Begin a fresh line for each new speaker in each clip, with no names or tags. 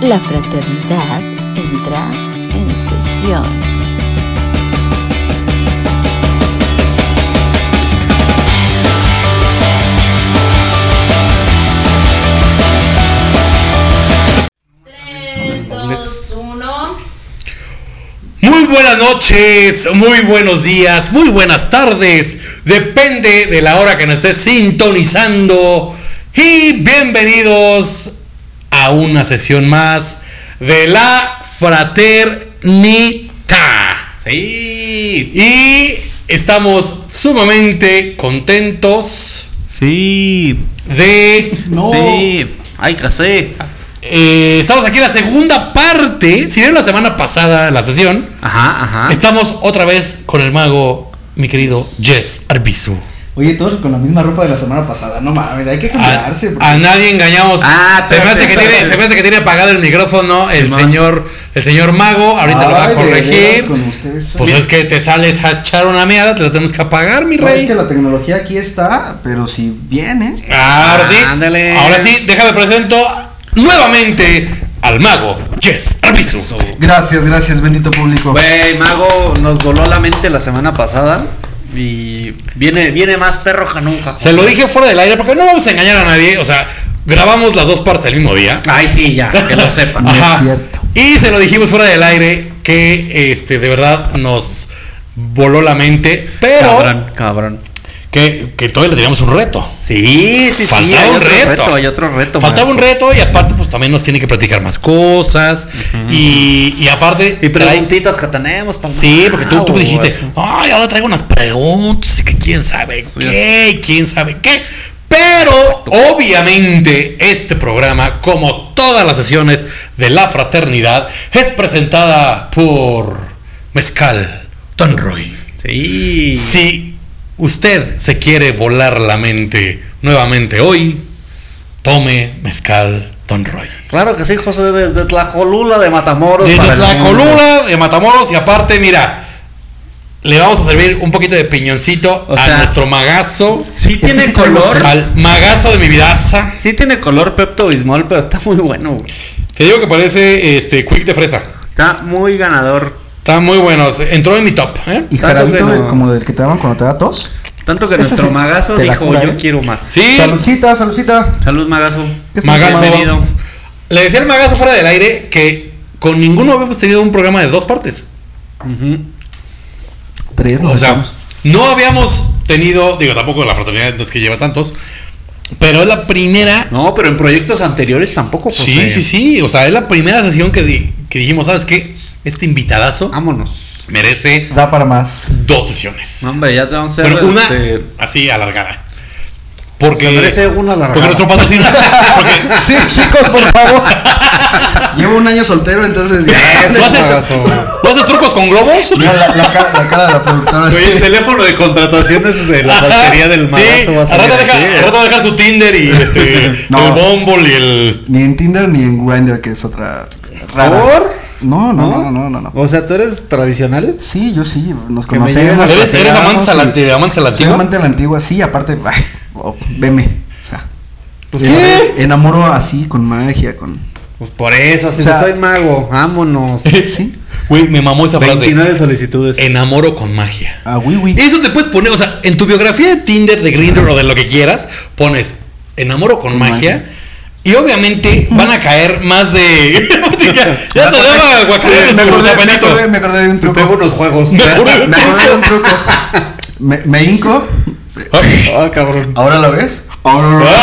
La fraternidad entra en sesión.
Tres, dos, uno.
Muy buenas noches, muy buenos días, muy buenas tardes. Depende de la hora que nos estés sintonizando. Y bienvenidos a una sesión más de la Fraternita.
Sí,
Y estamos sumamente contentos
sí,
de...
No.
sí, hay que hacer.
eh, estamos aquí en la segunda parte. Si vieron la semana pasada la sesión,
Ajá, ajá.
Estamos otra vez con el mago, mi querido Jess Arbizu.
Oye, todos con la misma ropa de la semana pasada. No mames, hay que
A,
cambiarse. porque-
a nadie engañamos.
Ah,
se, me hace
espérate,
que tiene,
espérate.
se me hace que tiene apagado el micrófono el
Simón.
señor, el señor mago. Ahorita lo va a
Ay, de veras,
corregir.
con ustedes, pues.
Pues es que te sales a echar una meada, te lo tenemos que apagar, mi
No, es
rey.
que la tecnología aquí está, pero si viene.
Ah, Ahora sí,
Ándale.
ahora sí, déjame presento nuevamente al mago Jess Arbizu.
Gracias, gracias, bendito público.
Güey, Mago nos voló la mente la semana pasada. Y viene, viene más perro que nunca.
Se lo dije fuera del aire porque no vamos a engañar a nadie. O sea, grabamos las dos partes el mismo día.
Ay, sí, ya, que lo sepan.
Ajá.
es cierto.
Y se lo dijimos fuera del aire que este de verdad nos voló la mente, pero
Cabrón, cabrón.
que, que todavía le teníamos un reto.
Sí, sí, sí.
Faltaba
Hay
un
otro
reto.
Hay otro reto.
Faltaba
Mago.
un reto y aparte pues también nos tiene que platicar más cosas y, y aparte
Y
trae-
preguntitas que tenemos. pa-
Sí, porque tú, tú me
Ah,
dijiste,
güey.
ay, ahora traigo unas preguntas, y que quién sabe qué, y quién sabe qué. Pero, obviamente, este programa, como todas las sesiones de la fraternidad, es presentada por Mezcal Don Roy.
Sí.
Si usted se quiere volar la mente nuevamente hoy, tome Mezcal Don Roy.
Claro que sí, José, desde Tlajolula de Matamoros. para
Desde
el
la
mundo.
columna de Matamoros y aparte, mira, le vamos a servir un poquito de piñoncito
O
a
sea,
nuestro magazo,
Sí tiene
Sí,
color.
al magazo de mi vidaza.
Sí tiene color Pepto Bismol, pero está muy bueno. güey.
Te digo que parece este quick de fresa.
Está muy ganador.
Está muy bueno, se- entró en mi top, ¿eh?
Y
Tanto
jarabito
que
de-
no.
como del que te daban cuando te da tos.
Tanto que
Esa
nuestro
sí
magazo
te la
dijo,
cura,
yo
¿eh?
quiero más.
Sí,
Saludcita, saludcita.
Salud, magazo.
¿Qué estás
magazo.
pues, Bienvenido.
Le decía al magazo fuera del aire que con ninguno habíamos tenido un programa de dos partes.
Ujú.
Tres,
O
nos
sea,
vemos.
no habíamos tenido, digo, tampoco la fraternidad no es que lleva tantos, pero es la primera
No, pero en proyectos anteriores tampoco. pues, eh.
Sí,
José.
sí, sí. O sea, es la primera sesión que, di- que dijimos, ¿sabes qué? Este invitadazo
Ah. Vámonos.
merece
da para más.
dos sesiones.
No, hombre, ya te vamos a hacer.
Pero una
este,
así alargada.
se merece
Porque,
una
porque
largada.
nuestro patrocinador. porque-
Sí, chicos, por favor. Llevo un año soltero, entonces ya.
¿Tú haces, tú haces trucos con globos?
Mira la, la cara, la cara de la productora.
Oye, el teléfono de contrataciones de la factoría del
Sí,
magazo va a
al
salir
rato, deja,
aquí, eh.
al rato deja su Tinder y este,
No.
el Bumble y el.
Ni en Tinder ni en Grindr, que es otra rara.
¿Por?
No, no,
¿No?
no, no, no. no.
O sea, ¿tú eres tradicional?
Sí, yo sí, nos
Que me lleguen
conocemos.
las
¿Eres, eres
platicamos
amante a la,
y-
de amante a la
Soy
antigua?
amante de la antigua, sí, aparte, ay, oh, veme. O sea,
Pues,
enamoro- enamoro así, con magia, con.
Pues por eso, si
O sea-
no soy mago, vámonos.
Sí,
Güey, me mamó esa frase.
29 solicitudes.
Enamoro con magia.
Ah,
a Wii Wii.
Eso te puedes poner, o sea, en tu biografía de Tinder, de Grindr o de lo que quieras, pones enamoro con magia. Y obviamente van a caer más de. ya ya te daba guacarear
Me
de su
acordé, me
tapanito.
acordé- me acordé de un
Me
truco.
pego unos juegos.
Me
Ah,
acordé.
Me acordé de un truco. Me, me hinco.
Ah, cabrón.
¿Ahora lo ves? Ahora lo ves.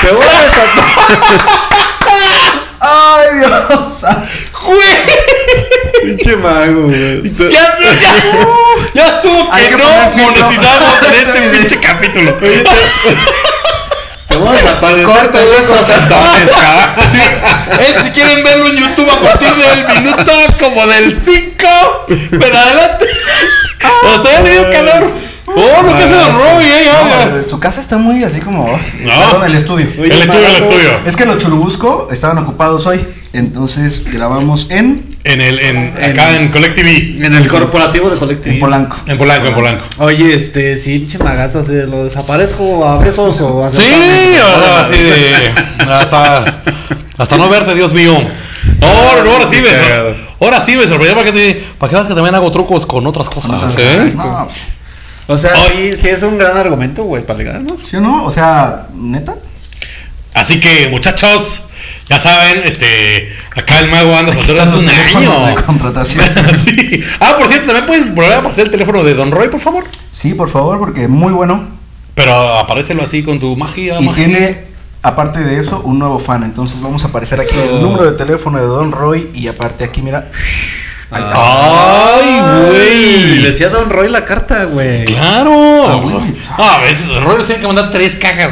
Te voy a desatar.
¡Ay, Dios!
¡Güey!
Pinche mago, güey.
Ya, no, ya, ya estuvo
Hay
que,
que
no
poner filtro.
monetizamos en este
Sí.
pinche capítulo.
Te voy a desatar.
Corta,
Sí, eh, si quieren verlo en YouTube a partir del minuto como del 5, pero adelante. O sea, ya le dio calor. ¡Oh, lo que hace Don Robbie, eh! ya,
No, su casa está muy así como.
No.
Perdón, el estudio.
ya. El estudio, el estudio.
Es que los Churubusco estaban ocupados hoy. Entonces grabamos en,
En el, en, acá en Collective.
En el corporativo de Collective.
en Polanco.
En Polanco, en Polanco.
Oye, este, sí, pinche magazo, así de lo desaparezco a besos o a
Sí, o sea, así de. Hasta, hasta no verte, Dios mío. No, no, ahora sí me sor- Ahora sí me sorprendió para que te. Para que veas que también hago trucos con otras
Ah,
cosas. ¿eh?
No, pues,
O sea,
Oye.
sí, sí es un gran argumento, güey, para ligar, ¿no?
¿Sí o no? O sea, neta.
Así que, muchachos, ya saben, este. Acá el mago anda soltero
Están
hace
los
un
teléfonos De
año.
contratación.
Sí. Ah, por cierto, también puedes volver a aparecer el teléfono de Don Roy, por favor.
Sí, por favor, porque muy bueno.
Pero aparecelo así con tu magia.
Y
magia.
tiene, aparte de eso, un nuevo fan. Entonces vamos a aparecer aquí el número de teléfono de Don Roy. Y aparte aquí, mira. Ahí está.
Ah. ¡Ay,
Y Le
güey!
decía a Don Roy la carta, güey.
¡Claro!
Ah, güey.
Ah, a veces Don Roy tiene que mandar tres cajas.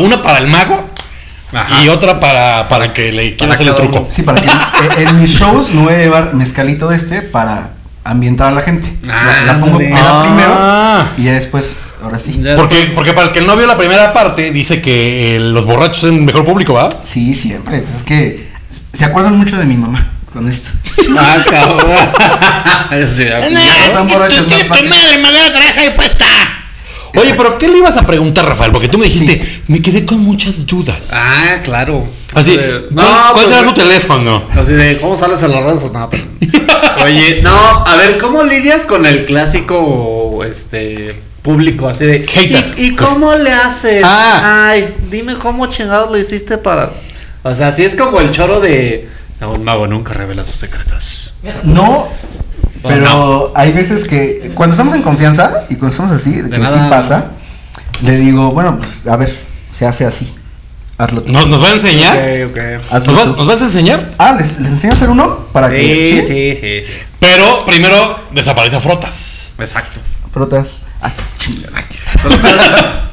Una para el mago
Ajá.
y otra para, para el que le quiera
Para
hacer el
cada
truco.
Sí, para que en, en mis shows me voy a llevar mezcalito de este para ambientar a la gente. La- la, pongo
Ándale.
peda
Ah.
primero y ya después, ahora sí.
Ya-
Porque, porque para el que no vio la primera parte, dice que eh, los borrachos es el mejor público, ¿va?
Sí, siempre. Pues es que se acuerdan mucho de mi mamá con esto.
Ah, cabrón. Sí, ah, ya,
no, es que borrachos, tú no, chinga tu pasa.
madre, me la cabeza puesta. Oye,
Exacto.
pero ¿qué le ibas a preguntar, Rafael? Porque tú me dijiste, me quedé con muchas dudas.
Ah, claro.
Así,
Eh,
¿cuál, cuál
pues,
será tu teléfono?
Así de, ¿cómo sales a las redes o nada? pero- Oye, no, a ver, ¿cómo lidias con el clásico, este, público? Así de,
Hater.
¿y, y cómo le haces?
Ah.
Ay, dime cómo chingados le hiciste para... O sea, así es como el choro de... No, un mago nunca revela sus secretos.
No, pero hay veces que cuando estamos en confianza y cuando estamos así, de que sí
nada.
pasa, le digo, bueno, pues a ver, se hace así. Hazlo tú.
¿Nos, nos va a
¿Ah?
enseñar?
Ok, Ah, ok.
Hazlo
¿Nos, va-
tú.
nos vas a enseñar?
Ah, ¿les, les enseño a hacer uno para
Sí,
que ¿sí?
sí, sí, sí.
Pero primero desaparece a frotas.
Exacto.
frotas. Ah, chingada, aquí está.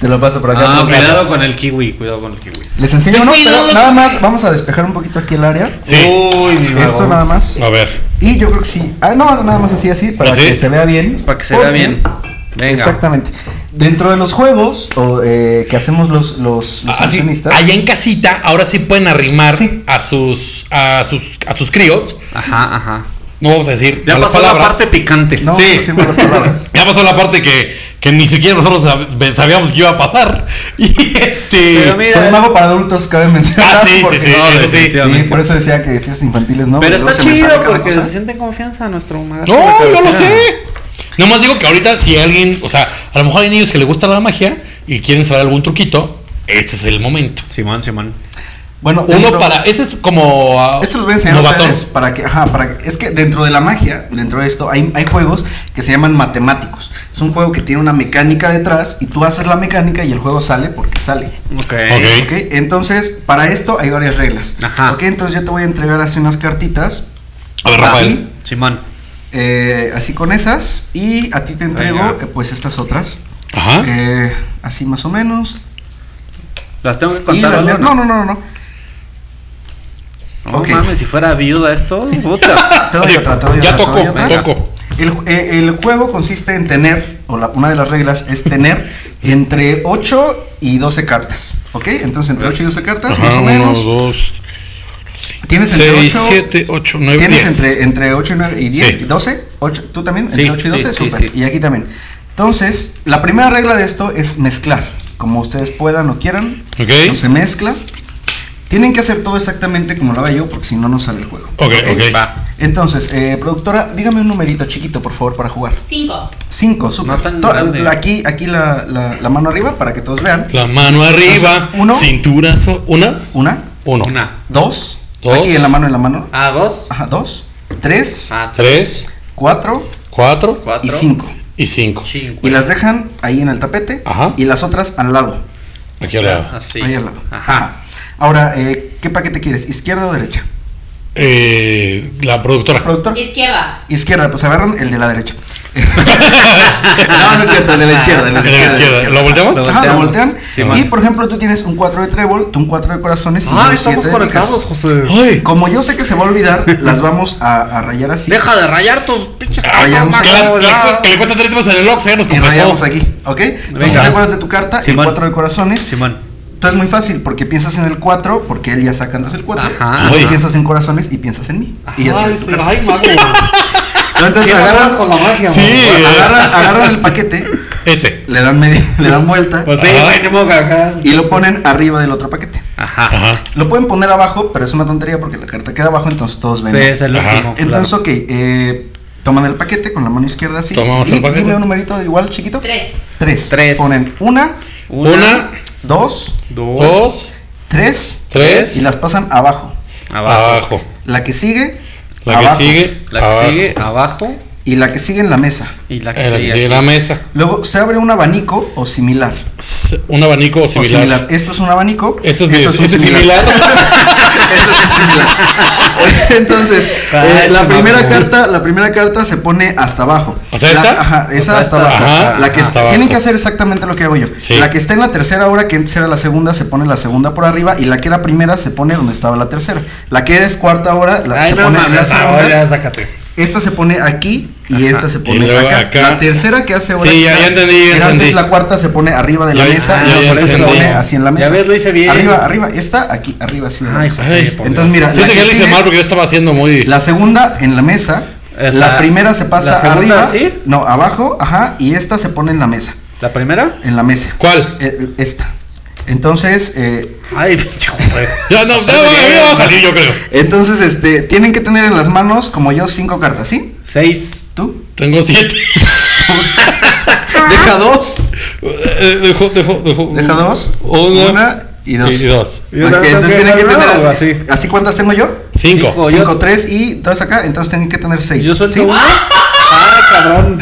Te lo paso por acá.
Ah,
no lo
cuidado
pasas.
con el kiwi, cuidado con el kiwi.
Les enseño uno,
Ten cuidado.
pero nada más vamos a despejar un poquito aquí el área.
Sí.
Uy, mi
Esto nada más.
A ver.
Y yo creo que sí. Ah, no, nada más así, así, para
¿Así?
que se vea bien.
¿Ah, Para que se vea
Porque-
bien. Venga.
Exactamente. Dentro de los juegos o, eh, que hacemos los, los, los
Así,
accionistas,
Ah, allá en casita, ahora sí pueden arrimar
Sí.
a sus a sus a sus críos.
Ajá, ajá.
No vamos a decir
Ya
malas
pasó la
palabras.
parte picante.
No, pues
sí.
no sirven las palabras.
Ya pasó la parte que, que ni siquiera nosotros sab- sabíamos que iba a pasar. Y
Pero
este.
mira,
Soy mago para adultos, cabe mencionar.
Ah, sí, sí,
porque-
sí,
no,
eso sí.
definitivamente.
Sí, por eso decía que fiestas infantiles no.
Pero
porque
está
luego se me
chido
sale cada
porque
cosa.
se siente en confianza nuestro mago.
No, yo lo sé. Nomás digo que ahorita si alguien, o sea, a lo mejor hay niños que les gusta la magia y quieren saber algún truquito, este es el momento.
Simón, Simón.
Bueno,
Uno
dentro-
para, ese es como ah,
Esto los voy a enseñar a
novatón.
ustedes para que, ajá, para que- es que dentro de la magia, dentro de esto, hay, hay juegos que se llaman matemáticos. Es un juego que tiene una mecánica detrás y tú haces la mecánica y el juego sale porque sale.
Ok.
Ok.
¿Ok? Entonces, para esto hay varias reglas.
Ajá.
¿Ok? Entonces yo te voy a entregar así unas cartitas,
A ver, Rafael.
Simón.
eh, así con esas, y a ti te entrego
Venga.
eh, pues estas otras.
Ajá.
Eh, así más o menos.
Las tengo que
Y las
contar.
mías-
¿vale?
no, no, no, no.
No
Ok.
mames, si fuera viuda esto, puta.
Te doy
Así,
otra, te doy
ya
otra, te
tocó,
doy otra.
ya tocó.
El, eh, el juego consiste en tener, o la- una de las reglas es tener entre 8 y 12 cartas. ¿Ok? Entonces entre 8 y 12 cartas,
Ajá,
más o
uno,
menos.
dos,
Tienes entre
6,
8,
7, 8, 9,
Tienes
10.
entre, entre 8 y 9 y 10,
Sí.
y 12, 8, tú también, entre
Sí,
8 y
sí,
12,
sí,
súper.
sí.
Y aquí también. Entonces, la primera regla de esto es mezclar, como ustedes puedan o quieran.
Ok.
No se mezcla. Tienen que hacer todo exactamente como lo haga yo, porque si no, no sale el juego.
Ok, ok.
Va.
Entonces, eh, productora, dígame un numerito chiquito, por favor, para jugar.
5.
5, súper.
No tan
To-
grande.
Aquí, aquí la, la- la mano arriba para que todos vean.
La mano arriba,
Entonces, uno.
cintura, so- una,
Una,
uno,
Una.
dos,
Dos.
Aquí en la mano, en la mano.
A dos.
Ajá, dos, tres,
A
tres,
cuatro
cuatro
Ah. Cuatro.
y cinco.
y cinco.
Cinco.
Y las dejan ahí en el tapete
Ajá.
y las otras al lado.
Aquí al lado.
Así.
Ahí al lado.
Ajá.
Ahora, eh, ¿qué paquete quieres? ¿Izquierda o derecha?
Eh, la productora.
Productor.
Izquierda.
Izquierda, pues agarran el de la derecha. no, no es cierto, el de la izquierda. el de la
El de la
izquierda, el de la
izquierda. ¿Lo volteamos?
Ajá, lo voltean.
Sí,
y
man.
por ejemplo, tú tienes un 4 de trébol, tú un 4 de corazones. y
Ah,
yo
estamos
siete de
conectados,
picas.
José.
Ay,
Como yo sé que se va a olvidar, las vamos a, a rayar así.
Deja de rayar tus pinches.
Rayamos.
Ah, que,
no,
las-
no,
que le,
no.
cu- que le cuesta tres temas en el Ox, ya nos
y
confesó.
rayamos aquí, ¿ok? Entonces
Venga.
te acuerdas de tu carta,
Simón.
el 4 de corazones.
Simón.
Entonces es muy fácil, porque piensas en el 4, porque él ya saca antes el 4.
Ajá.
Y
Oye.
piensas en corazones y piensas en mí. Y ya tienes tu carta.
Ay, mago.
Entonces agarras,
magia,
Sí.
mago?
magia.
agarran, agarran el paquete,
Este.
le dan, media, le dan vuelta
Pues sí,
Ajá.
güey, ni modo que acá.
y lo ponen arriba del otro paquete.
Ajá.
Ajá.
Lo pueden poner abajo, pero es una tontería porque la carta queda abajo, entonces todos ven.
Sí, es el
Ajá.
último.
entonces,
claro.
ok, eh, toman el paquete con la mano izquierda así.
Tomamos
y
el paquete.
Dime un numerito igual chiquito.
Tres.
Tres.
Tres.
Ponen una,
Una,
dos,
dos,
tres,
Tres.
y las pasan abajo.
abajo.
La que sigue,
La que
abajo,
sigue,
La que
abajo.
sigue abajo
y la que sigue en la mesa.
y la que
Eh, La que
sigue.
sigue, la mesa.
Luego se abre un abanico o similar.
S- Un abanico o
O
similar.
similar. Esto es un abanico.
Esto es,
eso
mi-
un
este es similar.
Esto es un similar. Entonces,
Ah,
eh, la primera carta, la primera carta se pone hasta abajo.
O sea,
La-
¿esta?
ajá, esa hasta
esta.
abajo.
Ajá,
la
hasta
que está- tienen
abajo.
que hacer exactamente lo que hago yo.
Sí.
La que está en la tercera hora, que antes era la segunda, se pone la segunda por arriba y la que era primera se pone donde estaba la tercera. La que es cuarta hora, la,
Ay,
se
no
pone en la
mames,
segunda.
ahora sácate.
Esta se pone aquí y esta se pone
luego
acá.
acá.
La tercera que hace ahora.
Sí, ya- ya entendí, ya
era
entendí.
Antes la cuarta se pone arriba de la
Ya-
mesa
ah,
y la
ya
tercera se
entendí.
pone así en la
Ya
mesa.
ves, lo hice bien.
Arriba, arriba. Esta aquí, arriba, así de la
Ay,
mesa.
José, por
Entonces,
Dios.
mira,
Siento
la
que
que
yo le hice
sigue-
mal porque yo estaba haciendo muy.
La segunda en la mesa.
Esa-
la primera se pasa
¿la segunda
arriba.
así?
No, abajo, ajá. Y esta se pone en la mesa.
¿La primera?
En la mesa.
¿Cuál?
Eh, Esta. Entonces, eh,
Ay, pinche José.
Ya no, ya no, a mí me va a salir, yo creo.
entonces, este, tienen que tener en las manos, como yo, cinco cartas, ¿sí?
Seis.
¿Tú?
Tengo siete.
Deja dos.
Eh, Dejo, dejo, dejo.
Deja dos.
Una,
y dos.
Y dos.
Y una
Ok,
tengo
entonces
que
tienen que
dejar
tener
una o
así.
así.
¿Así cuántas tengo yo?
Cinco.
Cinco. O yo-
5, 3 y dos acá, entonces tienen que tener 6.
Yo suelto una. Ah, cabrón.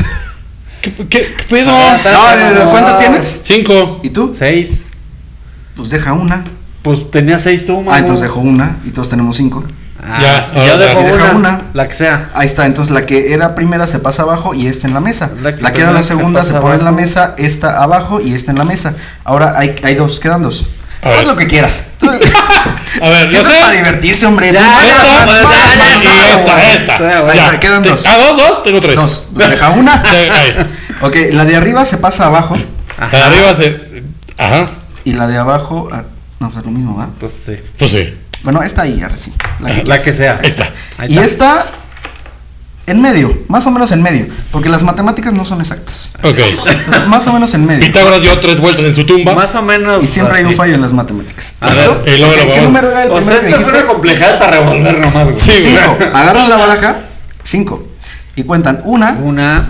¿Qué, qué, qué pedo?
Ah, está-
No, no, ¿cuántas tienes?
Cinco.
¿Y tú?
Seis.
Pues deja una.
Pues tenía seis tú, mago.
Ah, entonces dejo una y todos tenemos 5.
Ah,
Ya,
y
ahora
yo dejo
ya. Deja
una,
una.
La que sea.
Ahí está, entonces la que era primera se pasa abajo y esta en la mesa.
La
La
que
que, era
primera
la
se
segunda se,
pasa
pone en la
abajo.
mesa, esta abajo y esta en la mesa. Ahora hay, hay dos, quedan dos.
A
Haz
ver.
lo que quieras.
A ver, yo sé.
Siempre es para divertirse, hombre.
Ya,
Tú-
ya,
Vas,
ya,
vas,
ya,
Y
vas,
ya,
vas,
ya,
vas.
esta,
güey.
esta.
Ahí
está,
Ya.
quedan
Te-
dos.
A dos, dos, tengo tres.
Dos, deja una.
Sí, ahí.
Ok, la de arriba se pasa abajo
La de arriba se. Ajá.
y la de abajo. ah, no, o sea, lo mismo, ¿va?
Pues sí.
Pues sí.
Bueno, esta ahí, ahora sí. La que
La que sea.
este,
Esta.
Ahí
Y
está.
está en medio, más o menos en medio, porque las matemáticas no son exactas.
Ok.
Entonces, más o menos en medio.
Pitágoras dio tres vueltas en su tumba.
Más o menos.
Y siempre hay un
así.
fallo en las matemáticas.
Ah,
A
¿Listo?
ver, y luego lo
Ok, ¿Qué
vamos-
número era el
O sea,
primero que
esta es una
dijiste?
complejidad para revolver nomás, güey.
Sí.
Cinco. Agarran la baraja, cinco. Y cuentan una,
Una.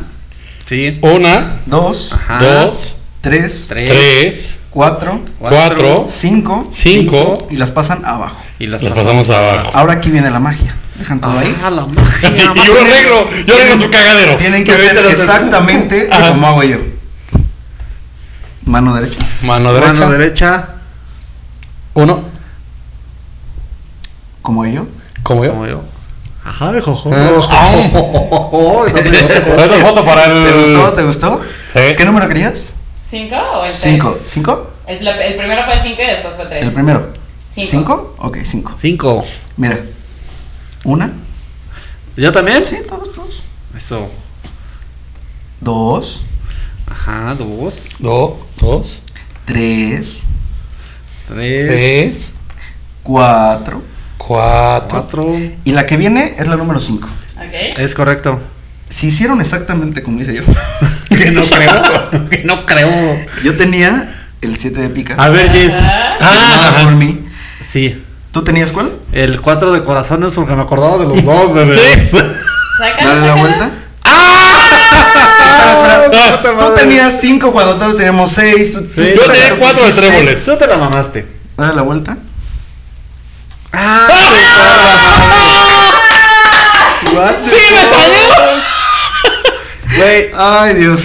Sí.
Una,
dos,
Ajá.
dos,
tres,
Tres.
tres,
cuatro,
cuatro,
cinco,
cinco.
y las pasan abajo.
Y las,
Las pasamos abajo.
Ahora aquí viene la magia. Dejan todo ahí.
Ah, la magia.
Así, y yo arreglo, yo arreglo su cagadero.
Tienen que
Pero
hacer
ahorita lo-
exactamente
Ajá.
como hago yo. Mano derecha.
Mano derecha.
Mano derecha.
Uno,
Como yo.
como yo.
Como yo. Ajá, de jojo.
Ah. Esa es foto para
¿Te gustó? ¿Te
el.
gustó?
Sí.
¿Qué número querías?
¿Cinco o el tres?
Cinco. ¿Cinco?
El, la- el primero fue cinco y después fue tres.
El primero.
Cinco.
¿Cinco? Ok, cinco.
Cinco.
Mira. Una.
¿Yo también?
Sí, todos, todos.
Eso.
Dos.
Ajá, dos.
Do- dos,
Tres.
Tres.
tres,
Cuatro.
cuatro.
Cuatro.
Y la que viene es la número cinco.
Ok.
Es correcto.
Si hicieron exactamente como hice yo.
Que no creo. que no creo.
Yo tenía el siete de pica.
A ver, Jess.
firmada
Ah,
por mí.
sí.
¿Tú tenías cuál?
El cuatro de corazones porque me acordaba de los dos, bebé.
Sí.
Sácalo,
Ah, Dale la
sácalo.
vuelta.
Ah,
puta
Tú tenías cinco cuando todos teníamos seis. Tú, tú-
Sí.
Yo
tú-
tenía
tú
cuatro de
hiciste.
tréboles.
Tú te la mamaste.
Dale la vuelta.
Ah, what the
¡Sí me salió!
fuck? Güey,
Ay, Dios.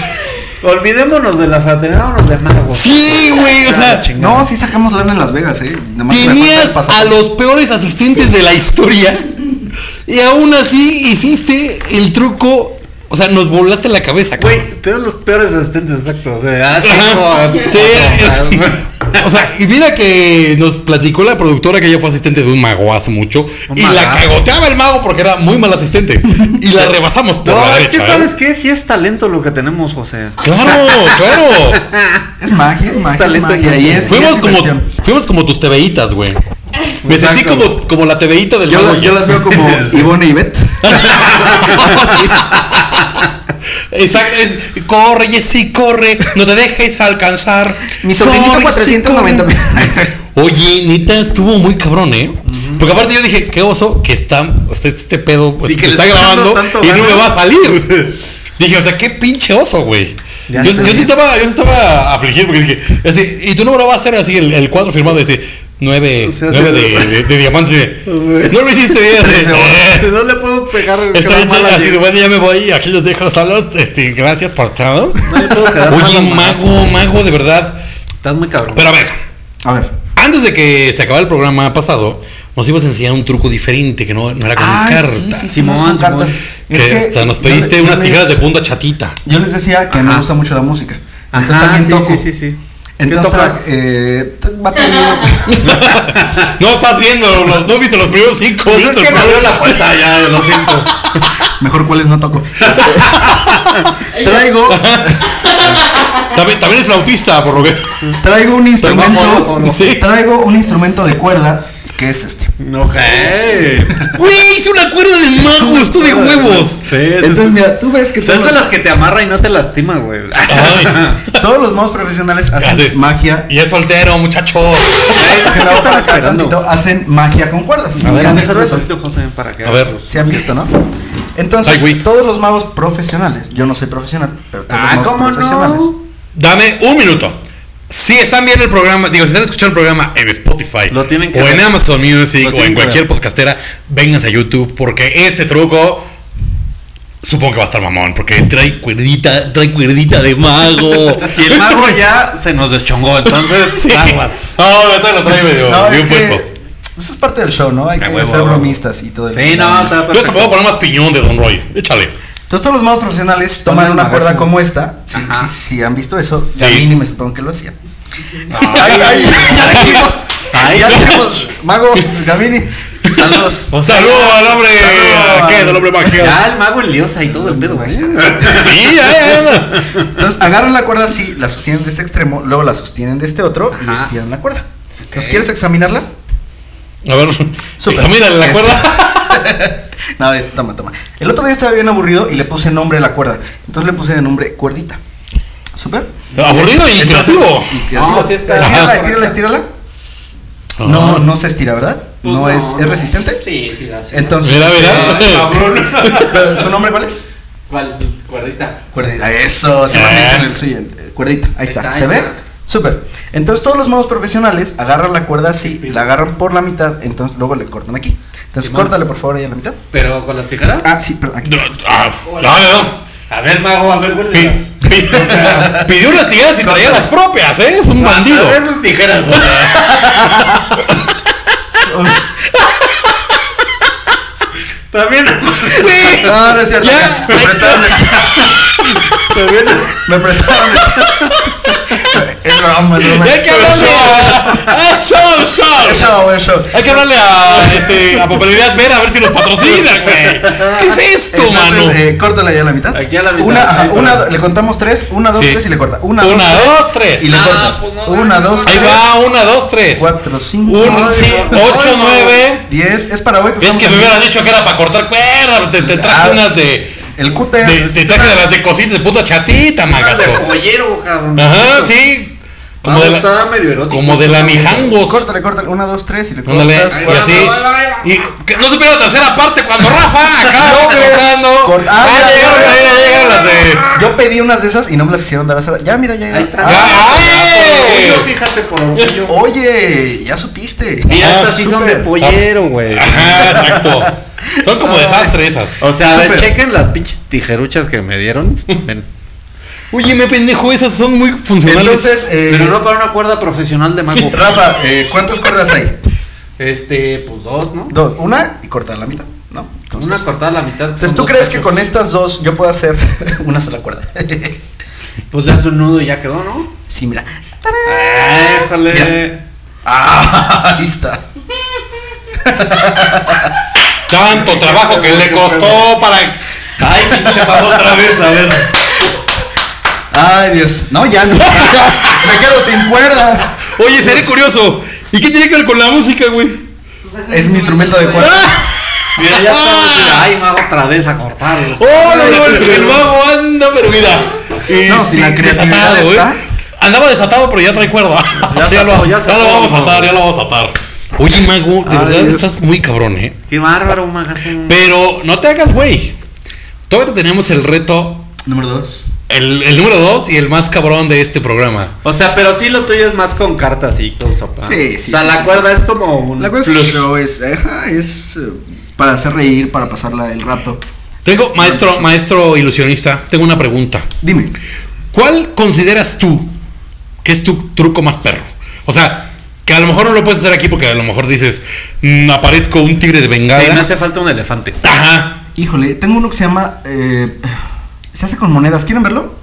olvidémonos de la fraternidad, vámonos de magos.
Sí, güey, o sea,
No, sí sacamos lana en Las Vegas, eh. Nada más me falta el
tenías a
pasaporte.
los peores asistentes de la historia y aún así hiciste el truco O sea, nos volaste la cabeza, cabrón.
Güey, tenemos los peores asistentes, exacto. De
Ajá.
así
Sí, es- o sea, y mira que nos platicó la productora que ella fue asistente de un mago hace mucho
Un
y la
magazo.
cagoteaba el mago porque era muy mal asistente y la rebasamos por
No,
la
es que
derecha. ¿eh?
sabes qué, sí es talento lo que tenemos, José.
Claro, claro.
Es magia, es magia, es
talento
magia. Y
innato.
es, y
Fuimos
es
como,
diversión.
fuimos como tus tebeitas, güey. Me
Exacto.
sentí como, como la tebeita del
Yo,
mago.
las- yo
Yes.
las veo como Ivone y Bet.
Exacto, es, corre, Jessy, corre, no te dejes alcanzar.
Mi sobrinito
Corre,
490
Jessy, corre. Oye, neta, estuvo muy cabrón, ¿eh? Porque aparte yo dije, qué oso que está, o sea, este pedo pues,
Y
me
que le
está
está dando
grabando
tanto
y no me
ganas.
va a salir. Dije, o sea, qué pinche oso, güey.
Ya
Yo, yo
sé.
sí estaba, yo sí estaba afligido porque dije, así, y tu número va a ser así, el, el cuadro firmado, dice, nueve,
O sea,
nueve
sí.
de, de- de diamantes. dice, No lo hiciste bien.
Sí,
así,
No le puedo pegar el
Está bien,
mal
chido,
a
así,
Diego.
bueno, ya me voy, aquí los dejo solos, este, gracias por todo.
No le puedo pegar mal
Oye,
a
mago, mago, de verdad.
Estás muy cabrón.
Pero a ver,
A ver.
antes de que se acabara el programa pasado, nos ibas a enseñar un truco diferente que no, no era con cartas.
Simón,
son
Simón.
cartas. Es
Que
que
hasta nos
yo le-
pediste
yo
unas
les-
tijeras de punta chatita.
Yo les decía que me
Ajá.
gusta mucho la música. Entonces
Ajá,
también
sí,
toco.
sí, sí, sí. ¿Qué
Entonces
tocas?
eh, batería.
No estás viendo, los, no viste los primeros cinco
Pues es
minutos
que
del
me abrió
programa.
la puerta, ya lo siento.
Mejor cuáles no toco. traigo,
También, también es flautista, por lo que.
traigo un
bajo, bajo,
instrumento.
no.
Sí.
Traigo un instrumento de cuerda que es este.
Ok.
¡Güey! Hice una cuerda de mago, esto de huevos.
Sí, sí,
Entonces mira, tú ves que
sí. Son
todos
de las
los,
que te amarra y no te lastima, güey.
Ay,
todos los magos profesionales hacen
Así. Ah,
magia.
y es soltero, muchacho.
Se la voy a
Estaba
pasar
esperando.
tantito, hacen magia con cuerdas.
A
¿Sí
ver,
han
a
visto eso?
José, para que
A
hagas
ver.
tus-
Se han visto, ¿no?
Ay,
Entonces,
güey.
todos los magos profesionales, yo no soy profesional, pero todos
Ah,
los magos
¿cómo
profesionales.
no?
Dame un minuto. Si están viendo el programa, digo, si están escuchando el programa en Spotify
Lo tienen que
o en
ver.
Amazon Music
Lo
o
tienen
en
que
cualquier
ver.
podcastera, vénganse a YouTube porque este truco supongo que va a estar mamón porque trae cuerdita, trae cuerdita de mago.
Y el mago ya se nos deschongó, entonces
Oh. Sí.
aguas.
No, ahorita lo trae medio
No, es
bien
que
puesto.
Eso es parte del show, ¿no? Hay
Ah,
que
huevo,
ser
huevo.
bromistas y todo el
Sí, no, está
Yo te puedo
perfecto.
poner más piñón de Don Roy. Échale.
Entonces todos los magos profesionales toman
Ponen
una
una
cuerda
versión.
como esta. Sí,
Ajá.
sí, sí, han visto eso. Ya
Sí.
mí ni me supongo que lo hacía.
Ay,
ya dijimos.
Ay,
ya dijimos. Mago, Gavini. Saludos.
O sea,
Saludos al hombre.
saludo
¿Qué?
al-
Del hombre magia.
Ya el mago en liosa y todo el pedo, güey.
Sí, ya, ya, ya.
Entonces agarran la cuerda así, la sostienen de este extremo, luego la sostienen de este otro y
Ajá.
estiran la cuerda. ¿Nos quieres examinarla?
A ver,
Súper.
examínale la
Es-
cuerda.
No, eh, toma, toma. El otro día estaba bien aburrido y le puse nombre a la cuerda. Entonces le puse de nombre cuerdita. ¿Súper?
Aburrido y
Entonces,
creativo.
y creativo.
No, Ah, sí está.
Estírala,
Ajá.
estírala, estírala.
Ah.
No, no se estira, ¿verdad?
Pues
no, es, es resistente.
Sí, sí, la sí.
Entonces,
Mira,
este,
mira.
pero, ¿su nombre cuál es?
¿Cuál? Cuerdita.
Cuerdita. Eso, se
Eh.
maneja en el suyo. eh, Cuerdita, ahí está.
Ahí está,
¿Se
ahí
ve?
está.
Súper. Entonces todos los magos profesionales agarran la cuerda así, la agarran por la mitad, entonces luego le cortan aquí. Entonces córtale por favor ahí a la mitad.
Pero con las tijeras.
Ah, sí, perdón. aquí.
Ah, no, no, no.
A ver, mago, a ver,
Pi-
huele.
pi- Pidió unas tijeras y traía las propias, ¿eh? Es un
Ah,
bandido.
A ver sus tijeras, güey. También.
Sí.
No, no es cierto.
Ya.
Me prestaron el-
También.
Me prestaron el- Es broma, es broma.
Y hay que hablarle a. ¡Ah, show, show!
Es show, es show.
Hay que hablarle a, este, a Popularidad Vera a ver si nos patrocina, güey. ¿Qué es esto, mano?
Entonces, eh, córtala ya a la mitad.
Aquí a la mitad.
Una, ajá,
Ahí,
una,
para-
le contamos tres, una, dos,
Sí.
tres y le corta. Una,
Una,
dos, tres,
dos, tres.
Y le
Ah,
corta.
pues no,
una,
no,
dos,
Ahí
tres,
va, una, dos, tres.
cuatro, cinco,
Un, sí, ocho, nueve.
diez. Es para hoy. pues,
Es que
vamos
me
a-
hubieras dicho que era para cortar cuerdas. Te, te traje
Ah.
unas de.
El cúter.
de- Te traje de las de cositas de puta chatita, magazo.
Pollero, cabrón.
Ajá, sí. Como
Ah,
de la,
Está medio erótico.
como de la mijangos.
Córtale, córtale. Una, dos, tres y le cortas.
Ándale, y
cuatro.
así. Y que no supiera la tercera parte cuando Rafa acá
No, pero-
cortando.
Cor- ah,
Ah,
ya,
llegaron,
ya,
ya,
ya,
ya llegaron las de.
Yo pedí unas de esas y no me las hicieron dar a Sara. Ya, mira, ya.
Ahí está.
Ah,
Por
¡Ay!
orgullo, Fíjate por orgullo.
Oye, ya supiste.
Mira,
Ah,
estas sí son de
súper.
pollero, güey.
Ajá, exacto. Son como desastre esas.
O sea, a ver,
Súper.
chequen las pinches tijeruchas que me dieron. Ven.
Oye, me pendejo, esas son muy funcionales.
Entonces, eh,
Pero no para una cuerda profesional de mago.
Rafa, eh, ¿cuántas cuerdas hay?
Este, pues dos, ¿no?
Dos, una y corta la mitad, ¿no? Entonces,
Una cortada a la mitad.
entonces,
son
¿tú
dos
crees que
cachos.
con estas dos yo puedo hacer una sola cuerda?
Pues le hace un nudo y ya quedó, ¿no?
sí, mira. Eh.
¡Éjale!
Mira. Ah, ahí está.
Tanto trabajo que le costó para.
Ay, pinche pavo, otra vez, a ver.
Ay, Dios. No, ya no. Me quedo sin cuerda.
Oye, seré curioso. ¿Y qué tiene que ver con la música, güey? Ah.
Es mi instrumento de cuerda.
Mira, ya
Ah.
está. mira, Ay, mago, otra vez a cortarlo.
¡Oh, no, no! El, el mago anda, pero mira. eh,
No, si la creatividad está.
Andaba desatado, pero ya trae cuerda. Ya,
¿eh? Ya se
lo,
ató, ya
ya
se
lo
ató,
vamos a
mago.
atar, ya lo vamos a atar. Oye, mago, de
Ay,
verdad
Dios.
estás muy cabrón, ¿eh?
Qué bárbaro, magazine.
Pero no te hagas, güey. Todavía te tenemos el reto,
Número dos.
el, el número dos y el más cabrón de este programa.
O sea, pero sí lo tuyo es más con cartas y con sopa.
Sí, sí,
O sea,
sí,
la
sí,
cuerda
sí.
es como un.
La cuerda es
plus.
show, es, ajá, es eh, para hacer reír, para pasarla el rato.
Tengo, maestro, maestro ilusionista, tengo una pregunta.
Dime.
¿Cuál consideras tú que es tu truco más perro? O sea, que a lo mejor no lo puedes hacer aquí porque a lo mejor dices, "Mm, aparezco un tigre de bengala.
Sí, me hace falta un elefante.
Ajá.
Híjole, tengo uno que se llama. eh, se hace con monedas. ¿Quieren verlo?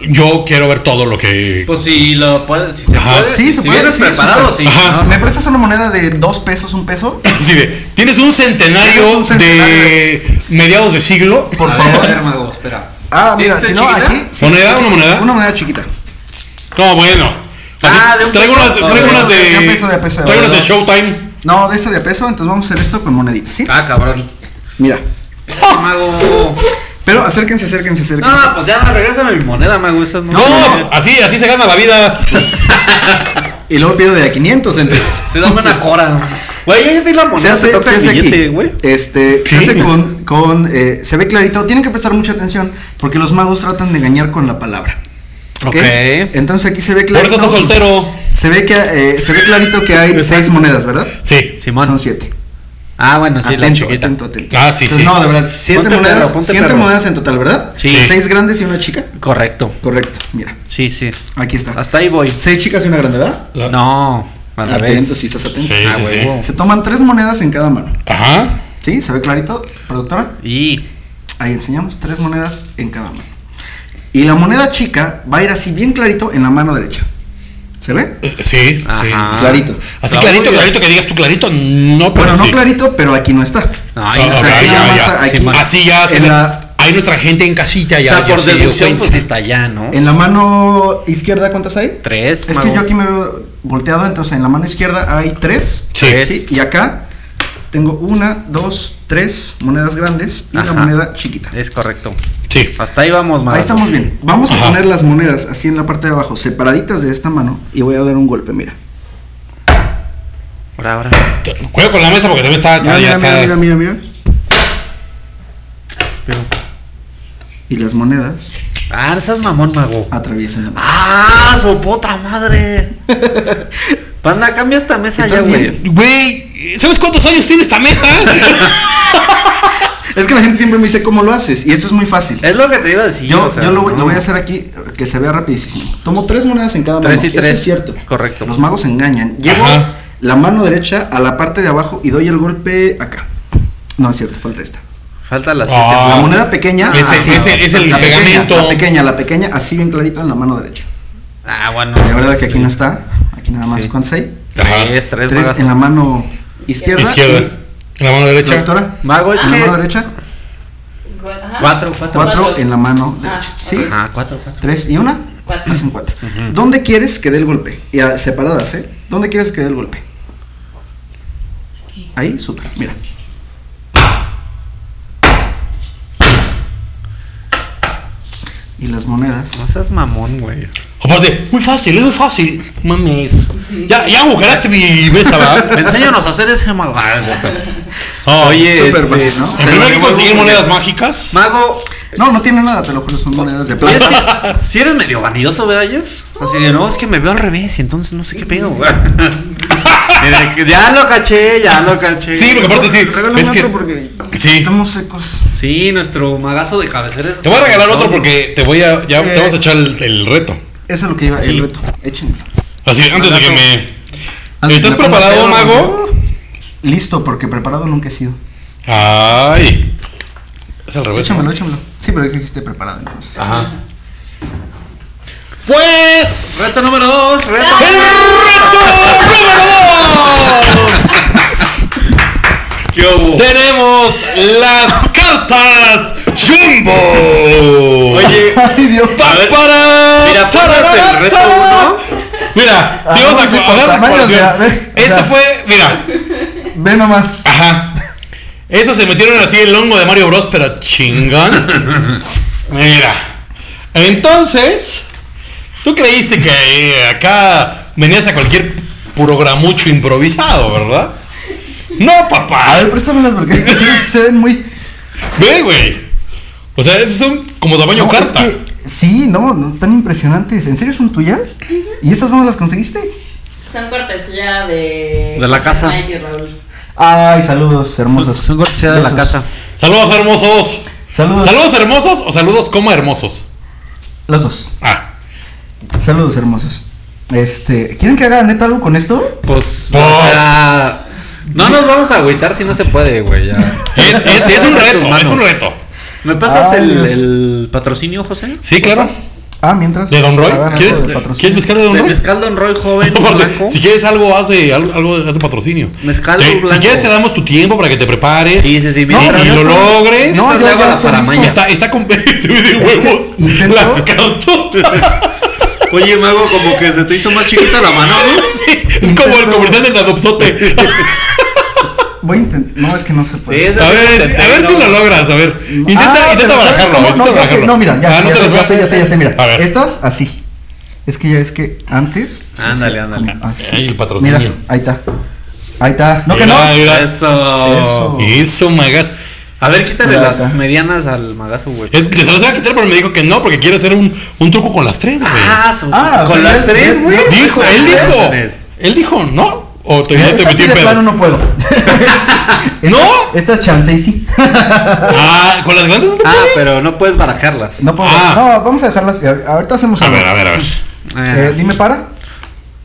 Yo quiero ver todo lo que.
Pues si lo puedes, si se
Ajá.
puede,
Sí, se
si
puede,
vienes
sí,
preparado, sí.
súper.
Ajá.
¿no?
¿Me prestas una moneda de dos pesos, un peso?
Así de, tienes un centenario,
Tienes un centenario.
de mediados de siglo. Ah,
Por
A ver,
favor.
a ver, mago, espera.
Ah, mira,
¿Tienes
si no,
chiquita?
aquí. sí,
¿Moneda?
sí,
¿Una
sí,
moneda?
Una moneda chiquita.
No, bueno. Así,
Ah, de un
traigo
peso.
unas, traigo unas de.
De un peso, de peso, de
traigo unas de
verdad.
Showtime.
No, de esta de peso, entonces vamos a hacer esto con moneditas, ¿sí?
Ah, cabrón.
Mira.
Mago.
Pero acérquense, acérquense, acérquense.
No, pues ya regrésame mi moneda, mago. Esa es
No, así, así se gana la vida.
Y luego pido de a 500 entre.
Se da una cora. Güey, yo ya di la moneda.
Se hace,
te toca
se
el
hace
billete,
aquí.
güey.
Este,
¿Qué?
se hace con, con eh, se ve clarito. Tienen que prestar mucha atención porque los magos tratan de engañar con la palabra. ¿Ok?
Ok.
Entonces aquí se ve
Por eso
clarito.
estás soltero.
Se ve que eh, se ve clarito que hay seis monedas, ¿verdad?
Sí.
Son
Simón.
siete.
Ah, bueno, sí, la
atento,
chiquita.
atento, atento.
Ah, sí,
Entonces,
sí.
No, de verdad, siete
Ponte
monedas,
perro, ponte
siete
perro.
monedas en total, ¿verdad?
Sí.
Seis grandes y una chica.
Correcto.
Correcto. Mira,
Sí, sí.
aquí está.
Hasta ahí voy.
Seis chicas y una grande, ¿verdad?
No, al
Atento,
revés.
si estás atento.
Sí,
Ah,
sí, sí.
huevo.
Eh, Se toman tres monedas en cada mano.
Ajá.
¿Sí? ¿Se ve clarito, productora?
Y.
Ahí enseñamos tres monedas en cada mano. Y la moneda chica va a ir así bien clarito en la mano derecha. ¿Se ve?
Eh, Sí,
Ajá.
sí.
Clarito.
Así
La
clarito,
voy a-
clarito que digas tú clarito, no pero
Bueno, no
sí.
clarito, pero aquí no está.
Ay,
Ah,
no,
o sea,
ok,
aquí
ya,
nada más
ya.
aquí-
Sí, ma- Así ya se
en
le-
la-
Hay nuestra gente en casita
O
ya.
sea,
ya
por
se dio
deducción,
cuenta.
pues está allá, ¿no?
En la mano izquierda, ¿cuántas hay?
Tres.
Es que
mago.
yo aquí me veo volteado, entonces en la mano izquierda hay tres.
Sí.
Tres.
¿sí? Y acá tengo una, dos, tres monedas grandes y
Ajá.
la moneda chiquita.
Es correcto.
Sí.
Hasta ahí vamos, mago.
Ahí estamos bien. Vamos
Ajá.
a poner las monedas así en la parte de abajo, separaditas de esta mano, y voy a dar un golpe, mira.
Ahora, ahora.
T- Cuidado con la mesa porque también está.
Ah,
Mira,
ya
mira,
está-
mira, mira, mira, mira.
Pero-
Y las monedas
Ah, esas mamón, mago.
atraviesan la mesa.
¡Ah, su puta madre! Panda, cambia esta mesa ya,
¿Estás
güey.
bien?
Güey, ¿sabes cuántos años tiene esta mesa?
Es que la gente siempre me dice cómo lo haces, y esto es muy fácil.
Es lo que te iba a decir.
Yo,
Eh, o sea,
yo lo, voy,
no.
lo voy a hacer aquí que se vea rapidísimo. Tomo tres monedas en cada mano.
Tres y
Eso
tres.
es cierto.
Correcto.
Los magos engañan. Llevo
Ajá.
la mano derecha a la parte de abajo y doy el golpe acá. No es cierto, falta esta.
Falta la
Ah.
siete.
la moneda pequeña.
Ese-
así.
ese- es el
la pequeña,
pegamento.
la pequeña, la pequeña, así bien clarito en la mano derecha.
Ah, bueno.
La verdad que aquí no está. Aquí nada más
Sí.
con seis.
Ajá.
Tres, tres,
Tres
mago.
en la mano izquierda.
Izquierda. En la mano
y-
derecha.
Doctora.
Mago, es
en la
que-
mano derecha.
Gol, ajá.
Cuatro, cuatro.
Cuatro en la mano
Ah,
derecha.
ok.
¿Sí?
Ah, cuatro, cuatro.
Tres y una.
Cuatro.
Hacen cuatro. ¿Dónde quieres que dé el golpe? Y a- separadas, ¿eh? ¿Dónde quieres que dé el golpe?
Aquí.
Ahí, súper. Mira. Y las monedas.
No seas mamón, güey.
Aparte, muy fácil, es muy fácil. Mames. Ya, ya agujeraste mi mesa, ¿verdad?
Enséñanos a hacer ese mago. Ah, puta.
Ah,
Oye,
Súper
este,
fácil, ¿no?
En primer lugar, hay que conseguir monedas mágicas.
Mago,
No, no tiene nada, te lo juro, son monedas de
si
plata.
eres medio vanidoso, ¿verdad, Jess? Así de, no, es que me veo al revés, entonces no sé qué pedo, güey. Mira, que ya lo caché, ya lo caché.
Sí, porque aparte sí.
Regálame
Es
otro
que.
porque
Sí.
estamos secos.
Sí, nuestro magazo de cabeceras.
Te voy a regalar otro porque te voy a. Ya te
Eh.
vas a echar el, el reto.
Eso es lo que iba,
Sí.
el reto. Échenlo.
Así, antes de que me.
Antes
¿Estás
que me ponga
preparado,
pedo,
mago?
Listo, porque preparado nunca he sido.
Ay. Es al revés.
Échamelo, échamelo. Sí, pero es que esté preparado entonces.
Ajá. Pues.
Reto número dos, reto.
¡El reto número dos!
¿Qué hubo?
Tenemos las cartas Jumbo.
Oye,
Así Dios.
Pa-
a ver,
para-
mira, acuérdate del reto
tararara.
uno.
Mira, si
Ajá,
vamos a
Ah, sí,
co-
con
a dar
tamaños,
proporción.
mira, ve, o
Esto
sea.
fue, mira,
Ve nomás.
ajá. Estos se metieron así el hongo de Mario Bros, pero chingón. Mira. Entonces, tú creíste que eh, acá venías a cualquier programucho improvisado, ¿verdad? No, papá.
A ver, préstamelas porque sí, se ven muy.
Ve, güey. O sea, esos son como tamaño
No, es
carta.
que- sí, no, no, tan impresionantes. ¿En serio son tuyas? ¿Y estas no las conseguiste?
Son cortesía de.
De la casa.
Mike y Raúl.
Ay, saludos hermosos.
Son cortesía de la
Besos.
casa.
Saludos hermosos.
Saludos.
Saludos hermosos o saludos coma hermosos.
Los dos.
Ah.
Saludos hermosos. Este, ¿quieren que haga neta algo con esto?
Pues,
Pues.
o sea, no nos vamos a agüitar si no se puede, güey. ya.
Es, es- es un
Tus
reto,
manos.
es un reto.
¿Me pasas
Ay,
el,
Dios.
el patrocinio, José?
Sí, claro.
Ah, mientras.
¿De Don Roy?
hagan
¿Quieres,
algo de patrocinio.
¿quieres mezcal de Don
De
Roy?
mezcal Don Roy
Pues,
joven
Aparte,
blanco.
si quieres algo, hace algo, algo hace patrocinio.
Mezcal
Te-
blanco.
si quieres, te damos tu tiempo para que te prepares.
Sí, sí, sí,
Y,
mira.
y
No,
lo logres.
No,
Eso
yo
le hago
ya
la
estoy
paramaña.
listo.
Está, está con se me de huevos.
intento-
Las cartas.
Oye, mago, como que se te hizo más chiquita la mano, ¿no?
Sí, es como el comercial del adopsote.
Voy a intentar. No, es que no se
Sí,
puede.
es-
A ver, a ver si lo logras, a ver. Intenta,
Ah,
intenta
pero ¿sabes
barajarlo,
cómo?
intenta
No, ya sé,
barajarlo.
no, mira, ya,
Ah, no
ya,
te
sé,
las
ya
vas-
sé, ya sé, ya sé, mira.
A ver.
Estas así. Es que ya es que antes. se
Ándale,
hacía
ándale.
como así.
Ahí el patrocinio.
Mira, ahí está. Ahí está. No que no.
Mira, mira.
Eso.
Eso.
Eso, magas.
A ver, quítale
Mira
las
acá.
medianas al magazo, güey.
Es que se las iba a quitar, pero me dijo que no, porque quiere hacer un, un truco con las tres, güey.
Ah, su-
Ah,
con
o sea,
las
ya-
tres,
ya-
güey.
dijo,
Con
él
las
dijo.
tres.
Él dijo, ¿no? O te, ya
Esta
te
sí
metí en
de plano
pedos.
no puedo.
¿No?
Esta es chance y sí.
Ah, con las grandes no te
Ah,
puedes?
pero no puedes barajarlas.
No puedo.
Ah.
No, vamos a dejarlas. a- Ahorita hacemos
A
algo.
ver, a ver, a ver.
Eh,
Eh, dime para.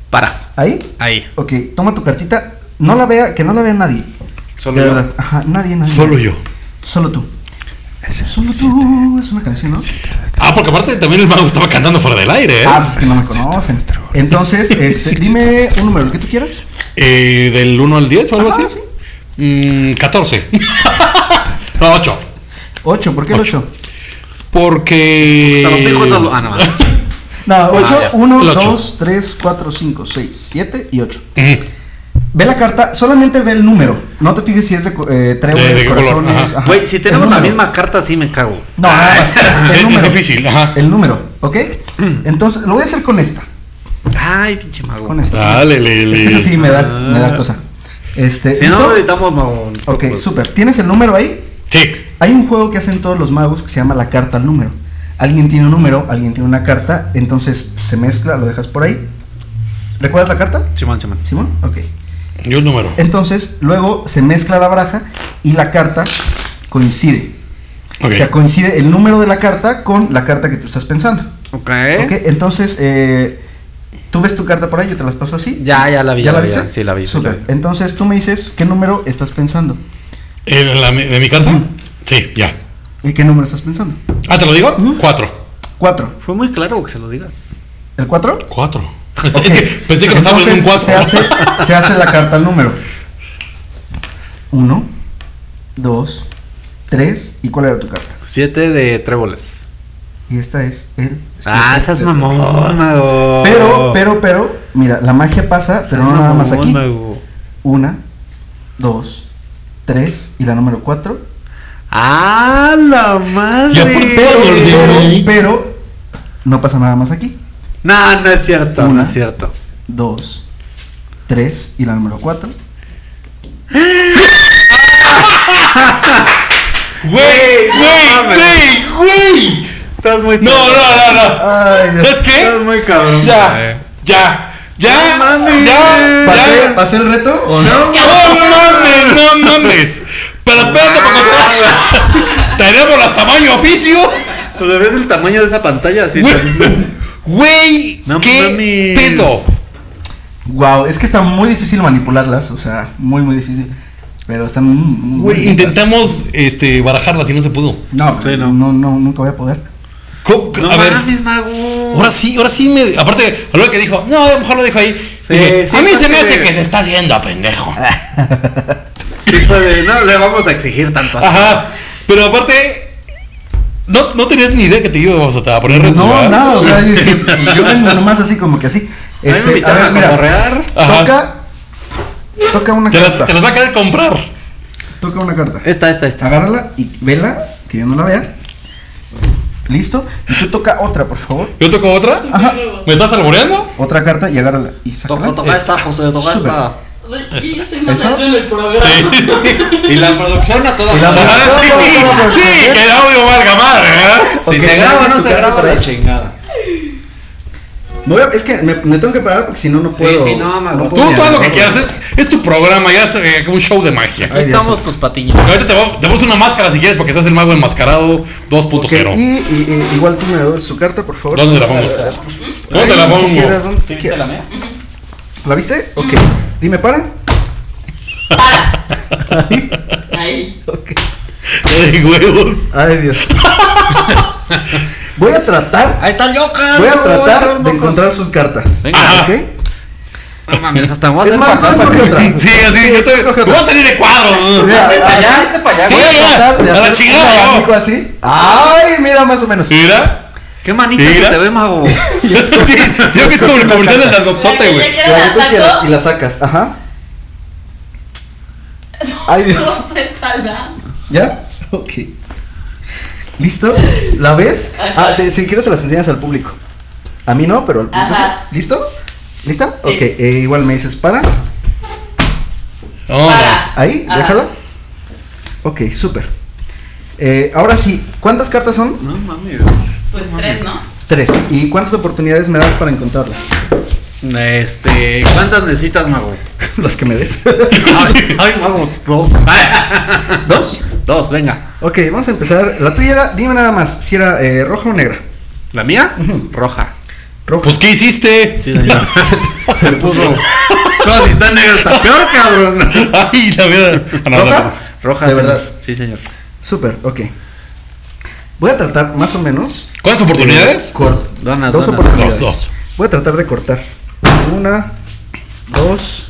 Para.
Ahí.
Ahí.
Ok, toma tu cartita. No la vea, que no la vea nadie.
Solo
de
yo.
verdad. Ajá, nadie, nadie.
Solo yo. Este,
Solo tú. Solo tú. Es una canción, ¿no?
Ah, porque aparte también el mago estaba cantando fuera del aire, ¿eh?
Ah, pues es que no me conocen. Entonces, este, dime un número, el que tú quieras.
Eh, del 1 al 10 o algo
Ajá,
así. Mm, 14. no, 8.
8, ¿por qué el 8?
Porque.
Eh.
Te lo pico todo- Ah, no.
No, 8,
Ah, ya.
1,
El ocho.
2, 3, 4, 5, 6, 7 y 8.
Mm.
Ve la carta, solamente ve el número. No te fijes si es de co- eh, tréboles,
De- de qué color,
corazones.
ajá.
ajá.
Güey, si
El
tenemos la
número.
misma carta, sí me cago.
No, nada más. El
Es- es
número.
difícil, ajá.
El número, ¿ok? Entonces, lo voy a hacer con esta.
Ay, pinche mago.
Con esta.
Dale, le,
Es que
le.
eso sí me da, me da cosa. Este,
Si
¿listo?
no, editamos mago.
ok,
Pues,
súper. ¿Tienes el número ahí?
Sí.
Hay un juego que hacen todos los magos que se llama la carta al número. Alguien tiene un número, alguien tiene una carta, entonces se mezcla, lo dejas por ahí. ¿Recuerdas la carta?
Simón, Simón.
Simón, ok.
Y un número.
Entonces, luego se mezcla la baraja y la carta coincide.
Ok.
O sea, coincide el número de la carta con la carta que tú estás pensando.
Ok.
Ok, entonces, eh, tú ves tu carta por ahí, yo te las paso así.
Ya, ya la vi.
¿Ya la
vi,
viste?
Sí, la vi. sí
Súper.
la vi.
Entonces tú me dices qué número estás pensando.
¿En la- ¿De mi carta?
Ujú.
Sí, ya.
¿Y qué número estás pensando?
Ah, ¿te lo digo?
Ujú.
Cuatro.
Cuatro.
Fue muy claro que se lo digas.
¿El cuatro?
Cuatro.
Ok.
Es que pensé que me estaba poniendo un
Entonces,
cuatro.
Se hace, se hace la carta al número. Uno, dos, tres. ¿Y cuál era tu carta?
Siete de tréboles.
Y esta es el.
Ah,
siete
esas
de-
mamón, mago.
Pero, pero, pero, mira, la magia pasa, pero no nada más aquí. Una, dos, tres. Y la número cuatro.
¡Ah, la madre!
Y aparte-
Pero,
Ay,
pero,
ay.
pero, no pasa nada más aquí.
No, no es cierto, no
Una.
es cierto.
Dos, tres. Y la número cuatro.
Güey,
no
güey,
mames.
güey, güey.
Estás muy
No, no, no, no.
Ay, Dios.
¿Sabes
Estás
qué?
muy cabrón.
Ya, ya, ya,
No mames.
ya,
¿Pasé,
ya.
pasé el reto? ¿O
No,
No mames, no mames. Pero espérate,
Ah.
porque tenemos las tamaño oficio.
Pues ves el tamaño de esa pantalla así.
Güey, Güey,
No
qué
mames.
pedo.
Wow, es que está muy difícil manipularlas, o sea, muy muy difícil. Pero están muy- muy
Güey,
bonitas.
intentamos este, barajarlas y no se pudo.
No,
Sí, no.
no. no, no, nunca voy a poder.
¿Cómo?
No
a ver,
mames, mago.
ahora sí, ahora sí me. Aparte, a lo que dijo, no, a lo mejor lo dijo ahí.
Sí,
dije,
sí,
a mí
fue
se me
así
hace
de-
que se está haciendo a pendejo.
Sí, fue de, no le vamos a exigir tanto.
Ajá. Pero aparte, no, no tenías ni idea que te íbamos a poner retos,
No,
¿verdad?
nada, o sea, yo, yo vengo nomás así como que así.
A mí me
Este, a
invitaron
ver,
a
mira,
cotorrear.
Ajá.
toca, toca una
Te las,
carta.
te las va a querer comprar.
Toca una carta.
Esta, esta, esta.
Agárrala y vela, que yo no la vea. Listo. Y tú toca otra, por favor.
¿Yo toco otra?
Ajá.
¿Me estás alboreando?
Otra carta y agárrala. Y sácala.
Toca, toca esta, José, toca
Sube.
esta.
Yo ya estoy más
¿Eso?
dentro del programa.
Sí, sí.
Y la producción a toda
Y la-
madre.
Ajá, sí, sí, que el audio valga madre, ¿eh?
Ok,
Si se graba o no
¿tu
se
carta
graba,
para
la
ahí?
chingada.
Me voy a- es que me, me tengo que parar porque si no, no puedo.
sí, no, mago.
Tú,
puedo
tú haz lo que
ni
quieras,
hablar.
es, es tu programa, ya es eh, como un show de magia.
Ay, Dios.
Estamos tus patiños.
Ahorita te, va- te puse una máscara si quieres porque estás el mago enmascarado 2.0.
Ok, y, y- y igual tú me das su carta, por favor. Eh,
¿Dónde la pongo? ¿Dónde
Ahí,
la
si
pongo?
quieres,
¿Sí
¿dónde
viste
quieras?
la mía?
¿La viste? Ok. Dime, para.
Ahí.
Ay, huevos.
Ay, Dios. voy a tratar.
Ahí está el Joker.
Voy a tratar de encontrar sus cartas.
Venga.
Ajá.
¿Ok?
No mames, hasta me voy a
Es
hacer
más,
para
no
acá,
es
para
porque
acá.
otra.
Sí, así, yo te.
Escoge
Voy
otra.
a salir de cuadro.
Mira,
allá,
así-
este para allá.
Sí,
voy a
ya.
tratar de
A la
hacer un
chingada, ya.
abanico así. Ay, mira, más o menos.
Mira.
¿Qué manita
Mira.
se te ve, mago?
Sí, digo que es como el comercial del Dardopsote,
La que
güey.
ya
La que tú
quiero la
quieras y
saco.
la sacas. Ajá. Ay, Dios.
No sé, tala.
¿Ya? Ok. ¿Listo? ¿La ves?
Ajá.
Ah, si, si quieres se las enseñas al público. A mí no, pero al público.
Ajá.
sí. ¿Listo? ¿Lista?
Sí.
Ok, eh, igual me dices para.
No,
Para.
Ahí,
Ajá.
déjalo. Ok, súper. Eh, ahora sí, ¿cuántas cartas son?
No mames.
Pues tres, ¿no?
Tres. ¿Y cuántas oportunidades me das para encontrarlas?
Este, ¿cuántas necesitas, mago?
Las que me des.
Ay, ay, vamos, dos.
¿Dos?
Dos, venga.
Ok, vamos a empezar. La tuya era, dime nada más, si era eh, roja o negra.
¿La mía?
Ujú.
Roja.
Roja.
Pues, ¿qué hiciste?
Sí, señor. Se le puso. No, si está negra está peor, cabrón.
Ay, la verdad. Ah, no,
¿Roja?
no,
Roja,
¿De
señor.
verdad?
Sí, señor.
Súper, ok. Voy a tratar más o menos.
¿Cuántas oportunidades?
Cor-
Donas,
dos
donas.
oportunidades.
Dos, dos.
Voy a tratar de cortar. Una, dos.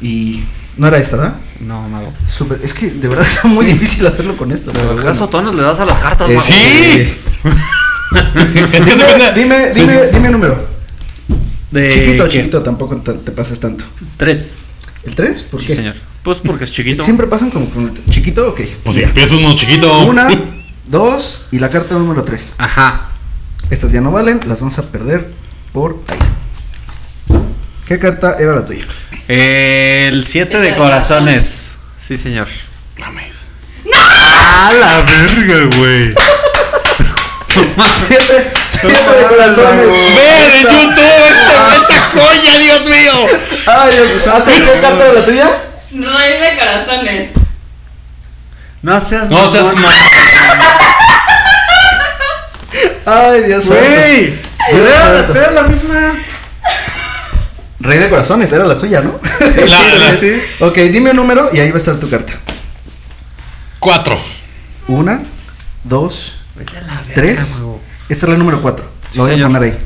Y. No era esta, ¿verdad?
No, mago.
Súper. Es que de verdad está muy difícil hacerlo con esto. pero bueno.
¿Acaso tonos le das a las cartas,
Eh,
mago?
Sí. Es que se cuenta-
Dime,
Pues,
dime, dime, dime el número.
De
chiquito,
eh, ¿qué?
chiquito, tampoco ta- te pases tanto.
Tres.
¿El 3? ¿Por
Sí,
qué?
señor. Pues porque es chiquito.
Siempre pasan como con el chiquito, ok.
Pues si empieza uno chiquito.
Una, dos y la carta número 3.
Ajá.
Estas ya no valen, las vamos a perder por ahí. ¿Qué carta era la tuya?
El siete de corazones. Sí, señor.
Mames.
A la verga, güey.
Siete, siete de corazones.
Vean en YouTube esta, esta joya, Dios mío.
Ay, Dios, ¿hace qué carta era la tuya?
Rey de corazones.
No seas
No seas
mamón.
mal.
Ay, Dios santo.
Güey.
Dios santo.
Era la misma.
Rey de corazones, era la suya, ¿no?
La- la-
ok, dime un número y ahí va a estar tu carta.
Cuatro.
Una, dos, tres.
mago.
Esta es la número cuatro. Lo
Sí,
voy
señor.
a poner ahí.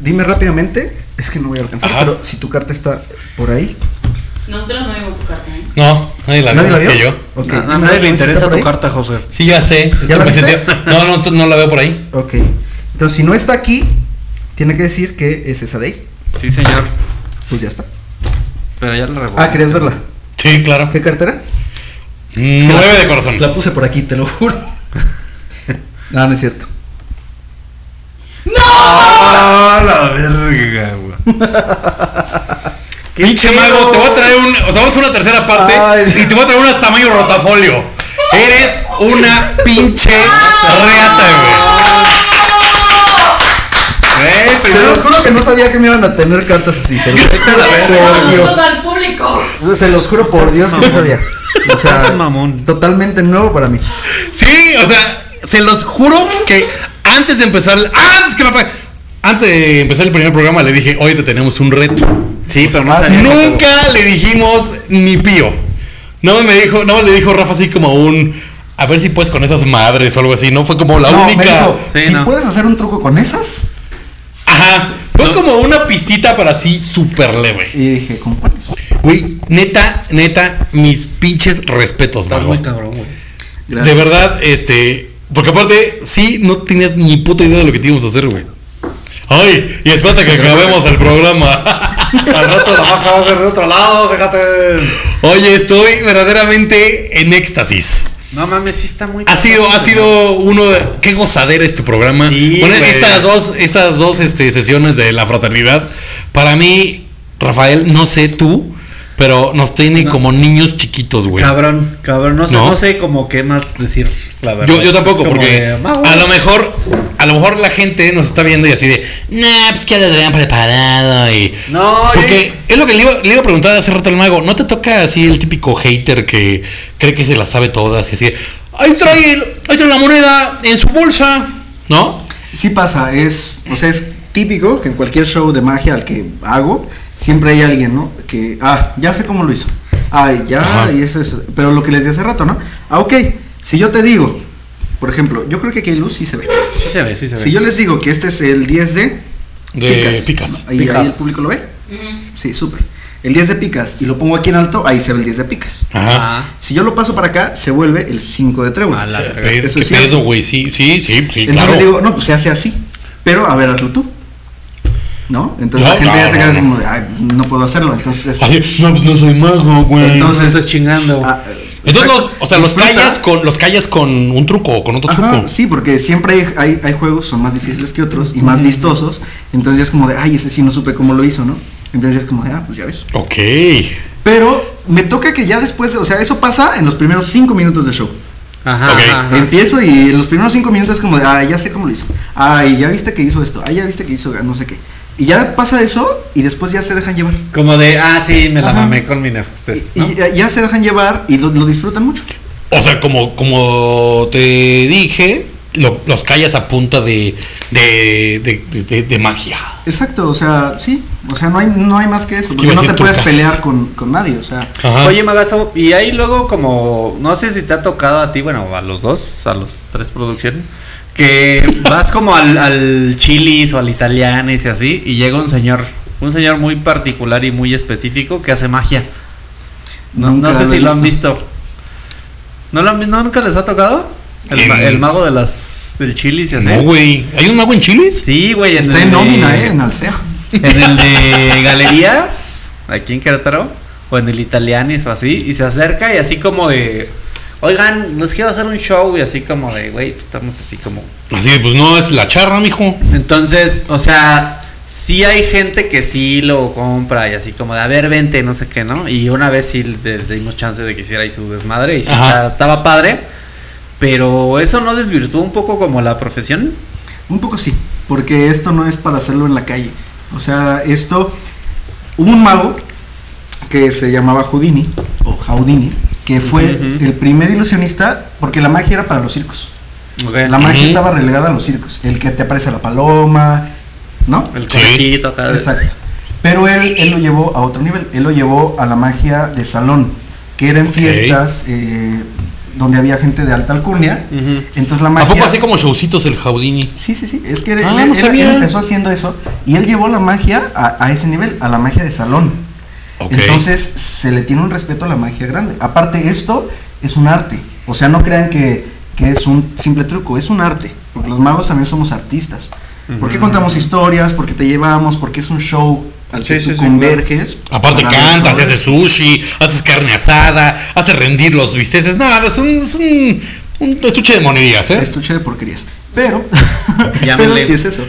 Dime rápidamente, es que no voy a alcanzar,
Ajá.
pero si tu carta está por ahí,
Nosotros no vimos su carta, ¿eh?
No, nadie la vio
¿Nadie la
más
vio?
que yo.
Ok,
A- A
dime
nadie
si
le interesa
está por
tu
ahí.
carta, José.
Sí, ya sé. Es
¿Ya
que
la
me
viste?
sentí- No, no, no la veo por ahí.
Ok. Entonces, si no está aquí, tiene que decir que es esa de ahí.
Sí, señor.
Pues ya está.
Pero ya la revolví.
Ah, querías verla.
Sí, claro.
¿Qué cartera?
Nueve de corazones.
La puse por aquí, te lo juro. no, no es cierto.
A la verga, güey.
Pinche mago, te voy a traer un. O sea, vamos a hacer una tercera parte.
Ay, Dios.
y te voy a traer unas tamaño rotafolio. Eres una pinche reata,
Güey,
Se
primero.
los juro que no sabía que me iban a tener cartas así. Se los, por
Pero
Dios.
todo al público.
Se los juro por Dios que no sabía. O sea,
Estás mamón.
totalmente nuevo para mí.
güey. Sí, o sea, se los juro que antes de empezar. Antes que me apague- Antes de empezar el primer programa le dije, hoy te tenemos un reto.
Sí, pero no
Ah,
sabía.
Nunca le dijimos ni pío. Nada más me dijo, nada más le dijo Rafa así como un a ver si puedes con esas madres o algo así, no fue como la
No, me
única.
dijo,
Sí,
si
no.
puedes hacer un truco con esas.
Ajá. Fue
No.
como una pistita para así súper leve.
Y dije, ¿con cuáles?
Güey, neta, neta, mis pinches respetos,
Estás
mago.
muy cabrón, güey.
De verdad, este. Porque aparte, sí, no tenías ni puta idea de lo que te íbamos a hacer, güey. Ay, y espérate que acabemos el programa.
Al rato la baja va a ser de otro lado, fíjate.
Oye, estoy verdaderamente en éxtasis.
No mames, sí está muy pues,
Ha sido, ha sido uno de. Qué gozadera este programa.
Sí,
Bueno,
güey.
estas dos, estas dos este, sesiones de la fraternidad. Para mí, Rafael, no sé tú, pero nos tiene
No.
como niños chiquitos, güey.
Cabrón, cabrón, no sé,
¿No?
no, sé como qué más decir, la verdad.
Yo, yo tampoco,
Es como
porque
de, "Ah, "Ma, güey".
a lo mejor, a lo mejor la gente nos está viendo y así de, nah, pues que ya lo habían preparado y.
No,
Porque es lo que le iba, le iba a preguntar hace rato al mago, ¿no te toca así el típico hater que cree que se las sabe todas y así de, ahí trae, el- ahí trae la moneda en su bolsa, ¿no?
Sí pasa, es, o sea, es típico que en cualquier show de magia al que hago, siempre hay alguien, ¿no? Que, ah, ya sé cómo lo hizo. Ay, ya,
Ajá.
y eso es. Pero lo que les di hace rato, ¿no? Ah, ok, si yo te digo, por ejemplo, yo creo que aquí hay luz y se ve.
sí se ve, sí se ve.
Si yo les digo que este es el 10 de,
De picas.
¿no? Ahí,
Picas.
ahí el público lo ve. Sí, súper. El 10 de picas y lo pongo aquí en alto, ahí se ve el 10 de picas.
Ajá.
Ah,
Si yo lo paso para acá, se vuelve el 5 de trébol.
A la
Qué
verga.
pedo,
Eso
qué
es cierto.
pedo, güey, sí, sí, sí, sí,
Entonces
claro.
digo, no, pues se hace así. Pero, a ver, hazlo tú. ¿No? Entonces
No,
la gente
no,
ya se queda
no,
así
no.
como de, "Ay, no puedo hacerlo. Entonces,
Así, no, pues no soy mago, güey. Entonces,
entonces
estás chingando.
ah,
los- o sea, los
disfruta.
callas con, los callas con un truco o con otro
Ajá,
truco.
sí, porque siempre hay, hay, hay juegos, son más difíciles que otros y más vistosos. Entonces es como de, ay, ese sí no supe cómo lo hizo, ¿no? Entonces es como de, ah, pues ya ves.
Ok.
Pero me toca que ya después, o sea, eso pasa en los primeros cinco minutos de show.
Ajá,
Ok.
ajá, ajá.
Empiezo y en los primeros cinco minutos es como de, ay, ya sé cómo lo hizo. Ay, ya viste que hizo esto. Ay, ya viste que hizo no sé qué. Y ya pasa eso y después ya se dejan llevar.
Como de, ah, sí, me la
Ajá.
mamé con mi nefastez.
Pues,
Y,
¿no?
y ya, ya se dejan llevar y lo, lo disfrutan mucho.
O sea, como, como te dije, lo- los callas a punta de, de, de, de- de- de magia.
Exacto, o sea, sí. O sea, no hay, no hay más que eso.
Es que iba
porque
a
no
decir
te puedes
trucazos.
pelear con, con nadie, o sea.
Ajá.
Oye, Magazo, y ahí luego como, no sé si te ha tocado a ti, bueno, a los dos, a los tres producciones, que vas como al, al chilis o al italianes y así, y llega un señor, un señor muy particular y muy específico que hace magia. No, no
Nunca
sé
lo
si
he
lo han
visto.
visto. ¿No lo han visto? ¿Nunca les ha tocado? El, ma-
En-
el mago de las, del chilis y así.
no, güey. ¿Hay un mago en Chiles?
¿eh? Sí, güey.
Está
el
en
de-
nómina, ¿eh? En Alsea.
en el de galerías, aquí en Querétaro, o en el Italianis o así, y se acerca y así como de, oigan, les quiero hacer un show y así como de, güey, pues estamos así como...
Así de, pues no, es la charra, mijo.
Entonces, o sea, sí hay gente que sí lo compra y así como de, a ver, vente, no sé qué, ¿no? Y una vez sí le, le dimos chance de que hiciera ahí su desmadre y sí,
Ajá.
ta- estaba padre, pero eso no desvirtuó un poco como la profesión.
Un poco sí, porque esto no es para hacerlo en la calle. O sea, esto. Hubo un mago que se llamaba Houdini, o Houdini, que fue
Ujú.
el primer ilusionista, porque la magia era para los circos. La magia
Ujú.
estaba relegada a los circos. El que te aparece la paloma, ¿no?
el
Sí.
conejito acá.
Exacto. Pero él, él lo llevó a otro nivel. Él lo llevó a la magia de salón, que eran
Ok.
fiestas eh, donde había gente de alta alcurnia.
Ujú.
Entonces la
¿A
magia.
poco así como showcitos el Jaudini?
Sí, sí, sí. Es que él,
Ah,
él-
no
él-
sabía.
él empezó haciendo eso y él llevó la magia a, a ese nivel, a la magia de salón.
Ok.
Entonces se le tiene un respeto a la magia grande. Aparte, esto es un arte. O sea, no crean que, que es un simple truco, es un arte. Porque los magos también somos artistas. ¿Por qué
Ujú.
contamos historias? ¿Por qué te llevamos? ¿Por qué es un show al que
Sí, sí,
tú
sí,
converges?
Aparte
para ver
cantas, y
todo
haces
eso?
sushi, haces carne asada, haces rendir los bisteces. Nada, es un, es un, un estuche de monerías, ¿eh?
Estuche de porquerías. Pero, pero
Llámenle.
sí es eso.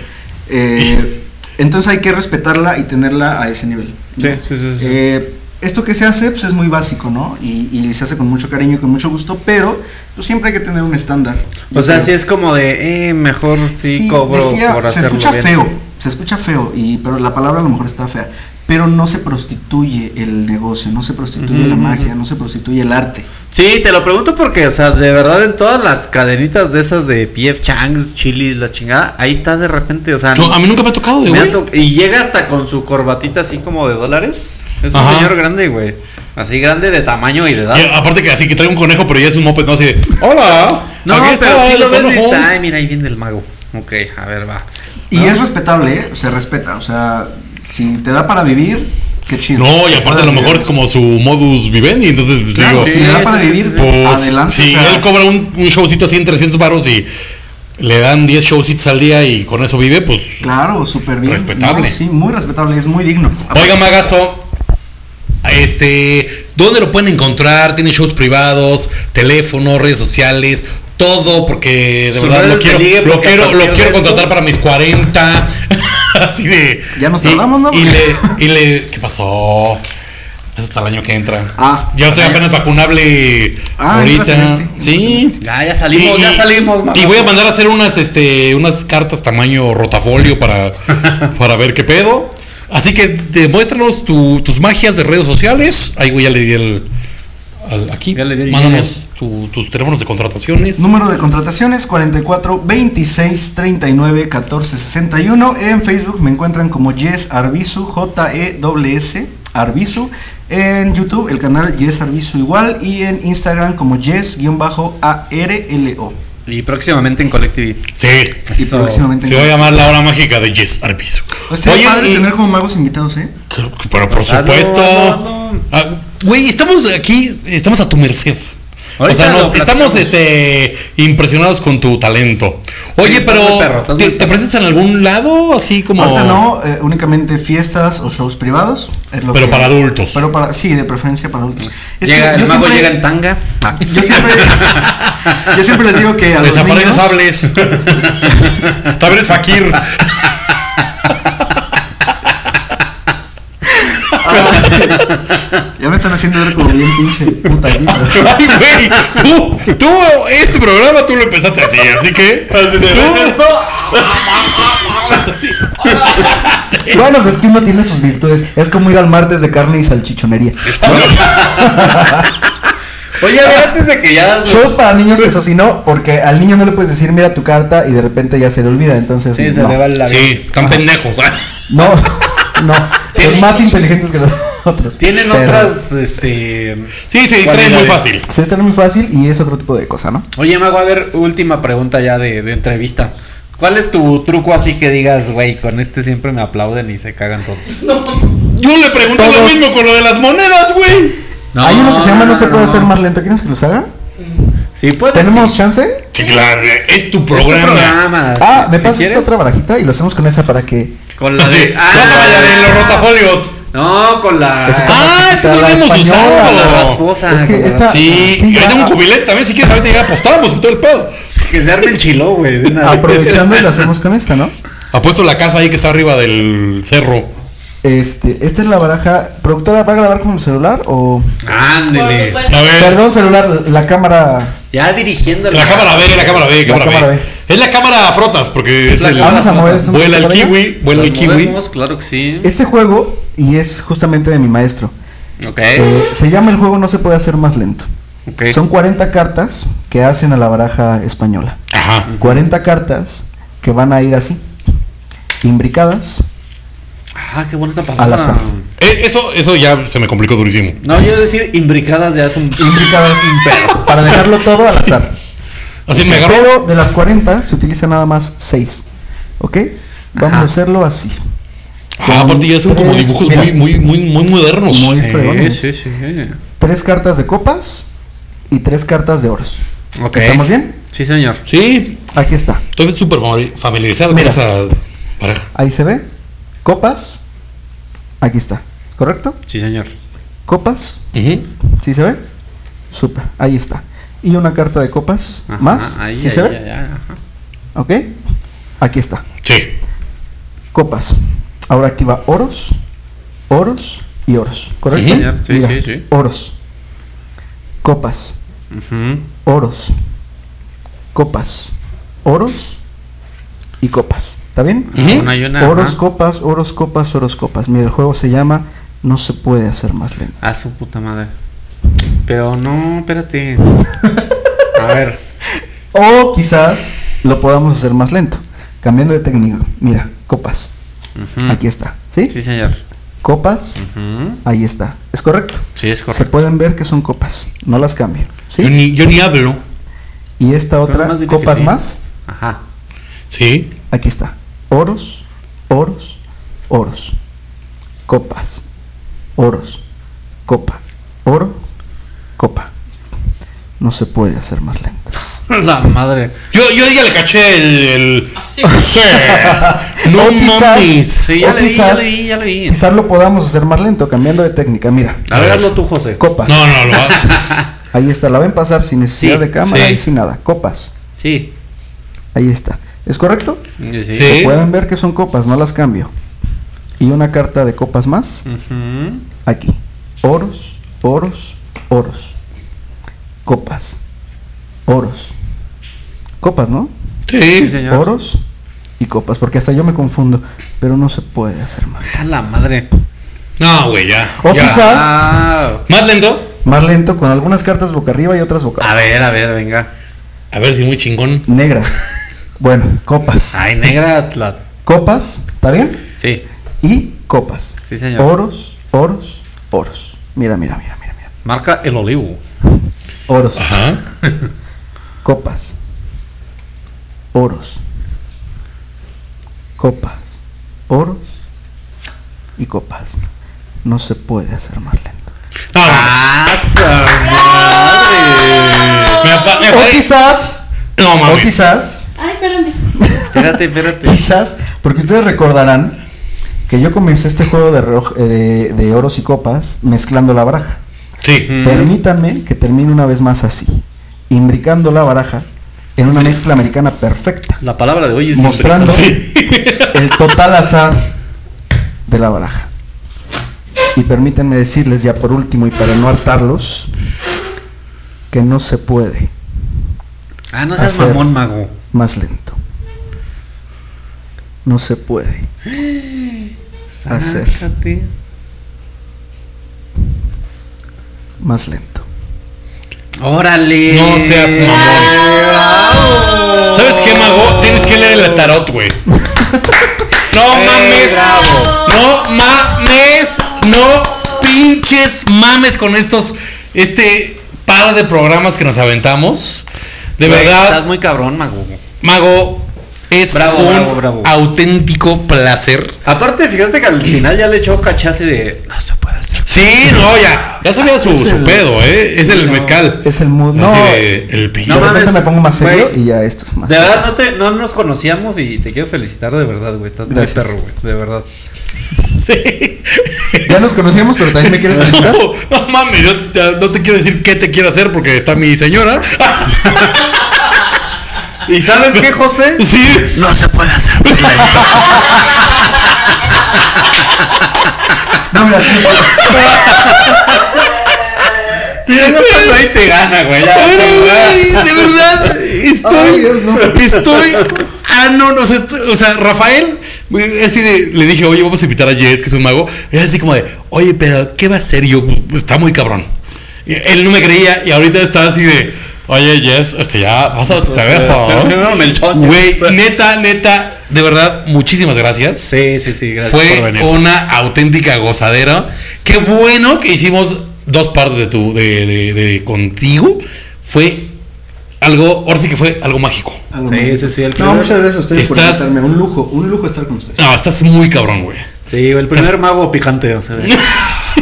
Eh, entonces hay que respetarla y tenerla a ese nivel.
Sí,
¿no?
sí, sí, sí.
Eh, esto que se hace pues, es muy básico, ¿no? Y, y se hace con mucho cariño y con mucho gusto, pero pues, siempre hay que tener un estándar.
O sea,
Yo
sí
creo.
es como de, eh, mejor sí, cobro
decía,
por
se
hacerlo
escucha
bien.
feo, se escucha feo, y, pero la palabra a lo mejor está fea. Pero no se prostituye el negocio, no se prostituye la
Ujú,
magia,
ujú.
no se prostituye el arte.
Sí, te lo pregunto porque, o sea, de verdad en todas las cadenitas de esas de PF Changs, Chili's, la chingada, ahí estás de repente, o sea,
Yo- a mí nunca me ha tocado,
me
güey.
ha to- y llega hasta con su corbatita así como de dólares. Es un
Ajá.
señor grande, güey. Así grande de tamaño y de edad.
Y aparte que así que trae un conejo, pero ya es un moped, ¿no? Así de, hola.
No,
aquí
pero
está
sí
el
lo ves y dices,
conejo".
ay, mira, ahí viene el mago. Ok, a ver, va.
Y es respetable, ¿eh? se respeta. O sea, si te da para vivir, qué chido.
No, y aparte a lo mejor es como su modus vivendi, entonces pues,
Claro,
digo,
Si te da para
Sí, sí, sí,
vivir,
sí.
pues
adelante.
si
o sea,
él cobra un, un showcito así en 300 baros y le dan 10 showcitos al día y con eso vive, pues...
Claro, súper bien.
Respetable.
No, sí, muy respetable, es muy digno.
Oiga, Magazo, este, ¿dónde lo pueden encontrar? ¿Tiene shows privados, teléfono, redes sociales? Todo, porque de
Sus
verdad lo
redes de
quiero,
ligue,
lo
porque a
quiero,
partir
lo quiero
de
contratar
esto-
para mis 40. Así de.
Ya nos
y-
tardamos, ¿no?
Y le, y le. ¿Qué pasó? Es hasta el año que entra.
Ah.
Ya estoy apenas vacunable
Ah, entras
ahorita.
en este, entras
sí.
en este.
Ya, ya salimos,
Y-
ya
y-
salimos, mago.
Y voy a mandar a hacer unas, este, unas cartas tamaño rotafolio para, para ver qué pedo. Así que demuéstranos tu- tus magias de redes sociales. Ahí güey, ya le di el. al- aquí.
Ya le di el-
Mándanos tu- tus teléfonos de contrataciones.
Número de contrataciones 44 26 39 14 61. En Facebook me encuentran como Yes Arbizu J E S Arbizu. En YouTube el canal Yes Arbizu igual y en Instagram como Yes A R L O.
Y próximamente en Collective.
Sí.
Y
Eso.
próximamente.
Se va a llamar la hora mágica de Jess Arpizo.
Pues
Hostia,
Oye,
Pues padre
y-
tener como magos invitados, ¿eh?
pero por
Hazlo,
supuesto.
hazlo, hazlo.
Ah, Güey, estamos aquí, estamos a tu merced. O
Ahorita
sea,
lo
nos-
platicamos.
estamos este, impresionados con tu talento. Oye,
Sí,
pero
estás muy perro, estás
¿te,
muy
te
perro.
presentas en algún lado? Así como...
Ahorita no, eh, únicamente fiestas o shows privados. es lo
Pero para adultos. Pues,
Pero para, sí, de preferencia para adultos. Es que
Llega, el
yo
mago
siempre-
llega en tanga. Ah.
Yo siempre, yo siempre les digo que a los
Desaparecen
niños-
sables. También es Fakir.
Ya me están haciendo ver como bien pinche puta aquí, pero-
Ay, güey. Tú, tú, este programa tú lo empezaste así, así que. tú-
pues, Bueno, pues es que uno tiene sus virtudes. Es como ir al martes de carne y salchichonería.
Oye, a ver, antes de que ya.
Shows para niños, eso sí no, porque al niño no le puedes decir mira tu carta y de repente ya se le olvida, entonces
Sí, se
no.
le va la.
Sí, están pendejos. ah.
No, no. Son más inteligentes que nosotros.
Tienen
Pero-
otras, este.
Sí, se distraen muy
Cualidades.
fácil.
Se está muy fácil y es otro tipo de cosa, ¿no?
Oye, Mago, a ver, última pregunta ya de, de entrevista. ¿Cuál es tu truco así que digas, güey, con este siempre me aplauden y se cagan todos?
No.
Yo le pregunté lo
Todos.
mismo con lo de las monedas, güey.
Hay uno que se llama No se puede ser más lento. ¿Quieres que lo haga?
Sí, puedes.
¿Tenemos
sí.
chance?
Sí, claro, es tu
Es tu
programa.
programa,
Ah,
si-
me
si
pasas
quieres.
otra barajita y lo hacemos con esa para que. Ah,
Con la
Así,
de. ah,
con la de los rotafolios.
No, con la.
Esa
Ah,
está
es que
la
lo habíamos
española,
usado.
con
la-
la rasposa.
Es que
con la
esta-
rasposa.
Sí,
sí,
yo
ya.
tengo un cubilete también, si quieres ahorita ya apostamos y todo el pedo.
Que se arme el chilo, güey. de una vez.
Aprovechando y lo hacemos con esta, ¿no?
Apuesto la casa ahí que está arriba del cerro.
Este, esta es la baraja. ¿Productora va a grabar con el celular o.?
Por
Ándele.
A
supuesto.
ver.
Perdón, celular, la cámara.
Ya dirigiendo
La cámara B, la cámara B,
La
cámara,
cámara
B.
B.
Es la cámara frotas, porque es
La
el.
cámara-
Vamos a mover esto un
Vuela el
poquito para allá.
kiwi, vuela el kiwi.
claro que sí.
Este juego, y es justamente de mi maestro.
Ok.
eh, se llama el juego No se puede hacer más lento.
Ok.
Son 40 cartas que hacen a la baraja española.
Ajá.
40 cartas que van a ir así, imbricadas.
Ah, qué bonita
Al azar.
palabra.
Eh, Eso, eso ya se me complicó durísimo.
No, yo iba a decir imbricadas ya son.
Imbricadas para dejarlo todo al azar.
Así me agarró.
Pero de las 40 se utiliza nada más 6. ¿Ok? Vamos
Ajá.
a hacerlo así.
Ah, aparte ya son como
Tres,
dibujos
mira.
muy, muy, muy, muy modernos.
Muy fregones.
sí, sí.
Tres cartas de copas y tres cartas de oros.
Ok.
¿Estamos bien?
Sí, señor.
Sí,
Aquí está.
estoy súper famili- familiarizado
Mira.
con esa pareja.
Ahí se ve. Copas. Aquí está. ¿Correcto?
Sí, señor.
Copas.
Ujú.
¿Sí se ve? Súper. Ahí está. Y una carta de copas
Ajá,
más.
Ahí,
¿Sí
ahí,
se ve?
ahí, ahí, ajá.
¿Ok? Aquí está.
Sí.
Copas. Ahora activa oros, oros y oros. ¿Correcto?
Sí,
señor. Sí, sí, sí.
Oros. Copas.
Ujú.
Oros. Copas. Oros y copas. ¿Está bien?
Ujú.
Una y una.
Oros,
ajá.
copas, oros, copas, oros, copas. Mira, el juego se llama No se puede hacer más lento.
A su puta madre. Pero no, espérate. A ver.
O quizás lo podamos hacer más lento. Cambiando de técnico. Mira, copas.
Ujú.
Aquí está. ¿Sí?
Mm. Sí, señor.
Copas.
Ujú.
Ahí está. Es correcto.
Sí, es
Se
correcto.
pueden ver que son copas. No las cambio.
Yo,
¿Sí?
ni, yo ni hablo.
Y esta
Pero
otra,
nomás dile que
copas
sí.
más.
Ajá.
Sí.
Aquí está. Oros, oros, oros. Copas. Oros. Copa. Oro. Copa. No se puede hacer más lento.
La madre.
Yo, yo ya le caché el. el-
Así.
Sí. No
O quizás-
mames.
Sí, ya
O
leí, ya
quizás-
leí, ya leí.
Quizás lo podamos hacer más lento, cambiando de técnica. Mira.
A ver, hazlo tú, José.
Copas.
No, no, lo hago.
Ahí está. La ven pasar sin necesidad
Sí,
de cámara
sí.
y sin nada. Copas.
Sí.
Ahí está. ¿Es correcto?
Sí.
Sí.
Pueden ver que son copas, no las cambio. Y una carta de copas más.
Ujú.
Aquí. Oros, oros, oros. Copas. Oros. Copas, ¿no?
Sí,
Sí.
señor.
Oros y copas, porque hasta yo me confundo, pero no se puede hacer mal.
A la madre.
No, güey, ya.
O
ya.
quizás-
Ah.
Más lento.
Más lento, con algunas cartas boca arriba y otras boca
A ver, a ver, venga.
A ver si muy chingón.
negra. Bueno, copas.
Ay, negra. la-
Copas, ¿está bien?
Sí,
Y copas.
sí, señor.
Oros, oros, oros. Mira, mira, mira, mira, mira.
Marca el olivo.
Oros.
Ajá.
Copas. Oros. Copas. Oros. Y copas. No se puede hacer más lento.
No, mames. Me apa- me
O
apare-
quizás.
No
O
mames.
quizás.
Ay, espérame.
Espérate, espérate.
Quizás. Porque ustedes recordarán que yo comencé este juego de, reloj- eh, de, de oros y copas mezclando la baraja. Mm.
Sí.
Permítanme que termine una vez más así. Imbricando la baraja en una mezcla americana perfecta.
La palabra de hoy es
Mostrando.
Sí.
el total azar de la baraja. Y permítanme decirles ya por último y para no hartarlos, que no se puede
Ah, no seas
Hacer.
mamón, mago.
más lento. No se puede. Hacer.
Sácate.
Más lento.
Órale.
No seas mamón. ¿Sabes qué, mago? Tienes que leer el tarot, güey. No
Eh,
mames. No mames. No pinches mames con estos. Este par de programas que nos aventamos. De
Güey,
verdad,
Estás muy cabrón, mago.
Mago, es
Bravo,
un
bravo, bravo.
auténtico placer.
Aparte, fíjate que al final ya le echó cachace de. No se puede hacer.
Sí, no, ya. Ya sabía su,
Es
su
el-
pedo, ¿eh? Es el
no,
mezcal.
es el mood,
Así
no.
de, el pillo.
de
mames,
repente me pongo más serio
güey.
y ya esto es más.
De verdad, no, te, no nos conocíamos y te quiero felicitar de verdad, güey. Estás muy
Gracias.
perro, güey. De verdad.
Sí.
Ya nos conocíamos, pero también me quieres
No,
felicitar.
no mames, yo te- no te quiero decir qué te quiero hacer porque está mi señora. Ah,
¿Y sabes qué, José?
Sí.
No se puede hacer.
No, mira, sí.
Pues ahí te gana, güey. ya.
Ay, güey, de verdad, estoy.
Ay, Dios, no.
Estoy. Ah, no, no sé. estoy- O sea, Rafael, güey, así de- le dije, oye, vamos a invitar a Jess, que es un mago. Es así como de, oye, pero ¿qué va a hacer? Y Yo, está muy cabrón. Y él no me creía y ahorita está así de, oye, Jess, este ya vas a te ver todo.
Primero Melchor.
Güey, neta, neta, de verdad, muchísimas gracias.
Sí, sí, sí. Gracias por
Fue
venir.
una auténtica gozadera. Qué bueno que hicimos dos partes de tu de, de- de contigo. Fue algo, ahora sí que fue algo mágico.
Algo
Sí,
más.
sí, sí, el
No,
primer-
muchas gracias a ustedes por
Estás-
invitarme. Un lujo, un lujo estar con ustedes.
No, estás muy cabrón, güey.
Sí, el primer mago picante. O sea,
sí,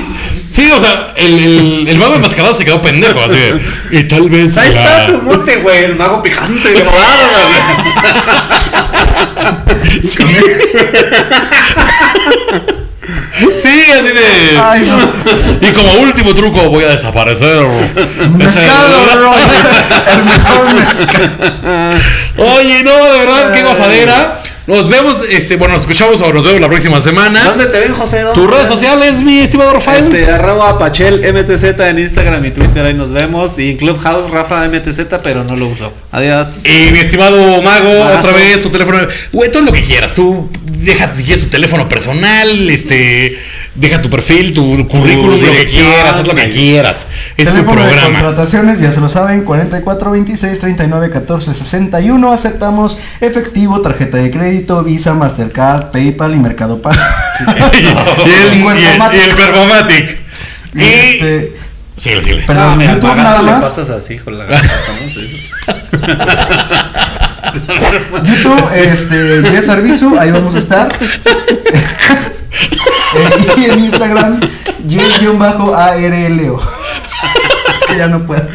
sí, o sea, el, el, el mago enmascarado se quedó pendejo. Así de, y tal vez.
Ahí
la-
está pues, tu mote, güey, el mago picante.
Pues, ah,
güey.
Sí. Sí, así de.
Ay, no.
Y como último truco, voy a desaparecer.
Mezcal, bro. El mejor mezcal.
Oye, no, de verdad, qué gozadera. Nos vemos, este, bueno, nos escuchamos o nos vemos la próxima semana.
¿Dónde te ven, José? ¿Dónde
ah. Tus
te
redes
ven?
sociales, mi estimado Rafael.
Este, arroba Pachel MTZ en Instagram y Twitter, ahí nos vemos. Y en Clubhouse, Rafa MTZ, pero no lo uso. Adiós.
Y mi estimado Mago,
Mago.
otra vez tu teléfono. Güey, todo lo que quieras. Tú deja si quieres tu teléfono personal, este. deja tu perfil, tu currículum, lo que
dirección,
quieras, haz lo que
güey.
quieras. Es tu
Teléfono de
programa.
contrataciones, ya se lo saben, 44 26 39 14 61. Aceptamos efectivo, tarjeta de crédito, Visa, Mastercard, PayPal y Mercado Pago.
y, el, y, el,
Cuerpomatic.
y el Cuerpomatic. Y.
Este,
Síguele, síguele.
perdón,
mira,
YouTube
pagazo
nada
le
más.
pasas así con la garganta, ¿no? Sí.
YouTube, este, Yes Arbizu, ahí vamos a estar. Eh, y en Instagram, yes-arlo. Es que ya no puedo.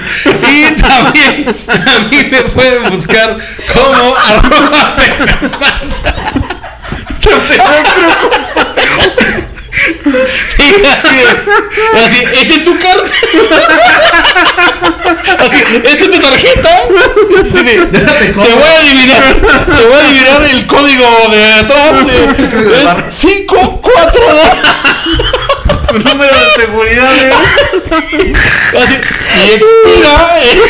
Y también a mí me pueden buscar como arroba Sí, así de- Así, esta es tu carta. Así, esta es tu tarjeta. Así de, te voy a adivinar. Te voy a adivinar el código de atrás.
Código de barra.
eh, Es 5, 4,
Tu número de seguridad, ¿eh? güey.
Así, y expira en-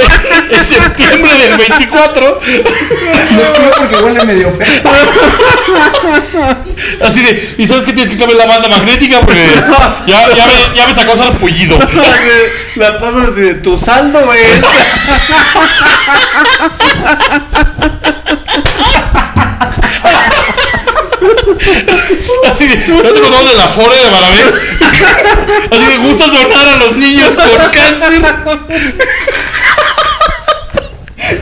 en septiembre del 24.
No quiero porque huele medio feo.
Así de, ¿y sabes que tienes que cambiar la banda magnética? Porque ya, ya, me, ya me sacó sarpullido.
La pasas así de tu saldo, güey.
Así de, ya te contamos de la fore de Barabés. Así de, gusta sonar a los niños con cáncer.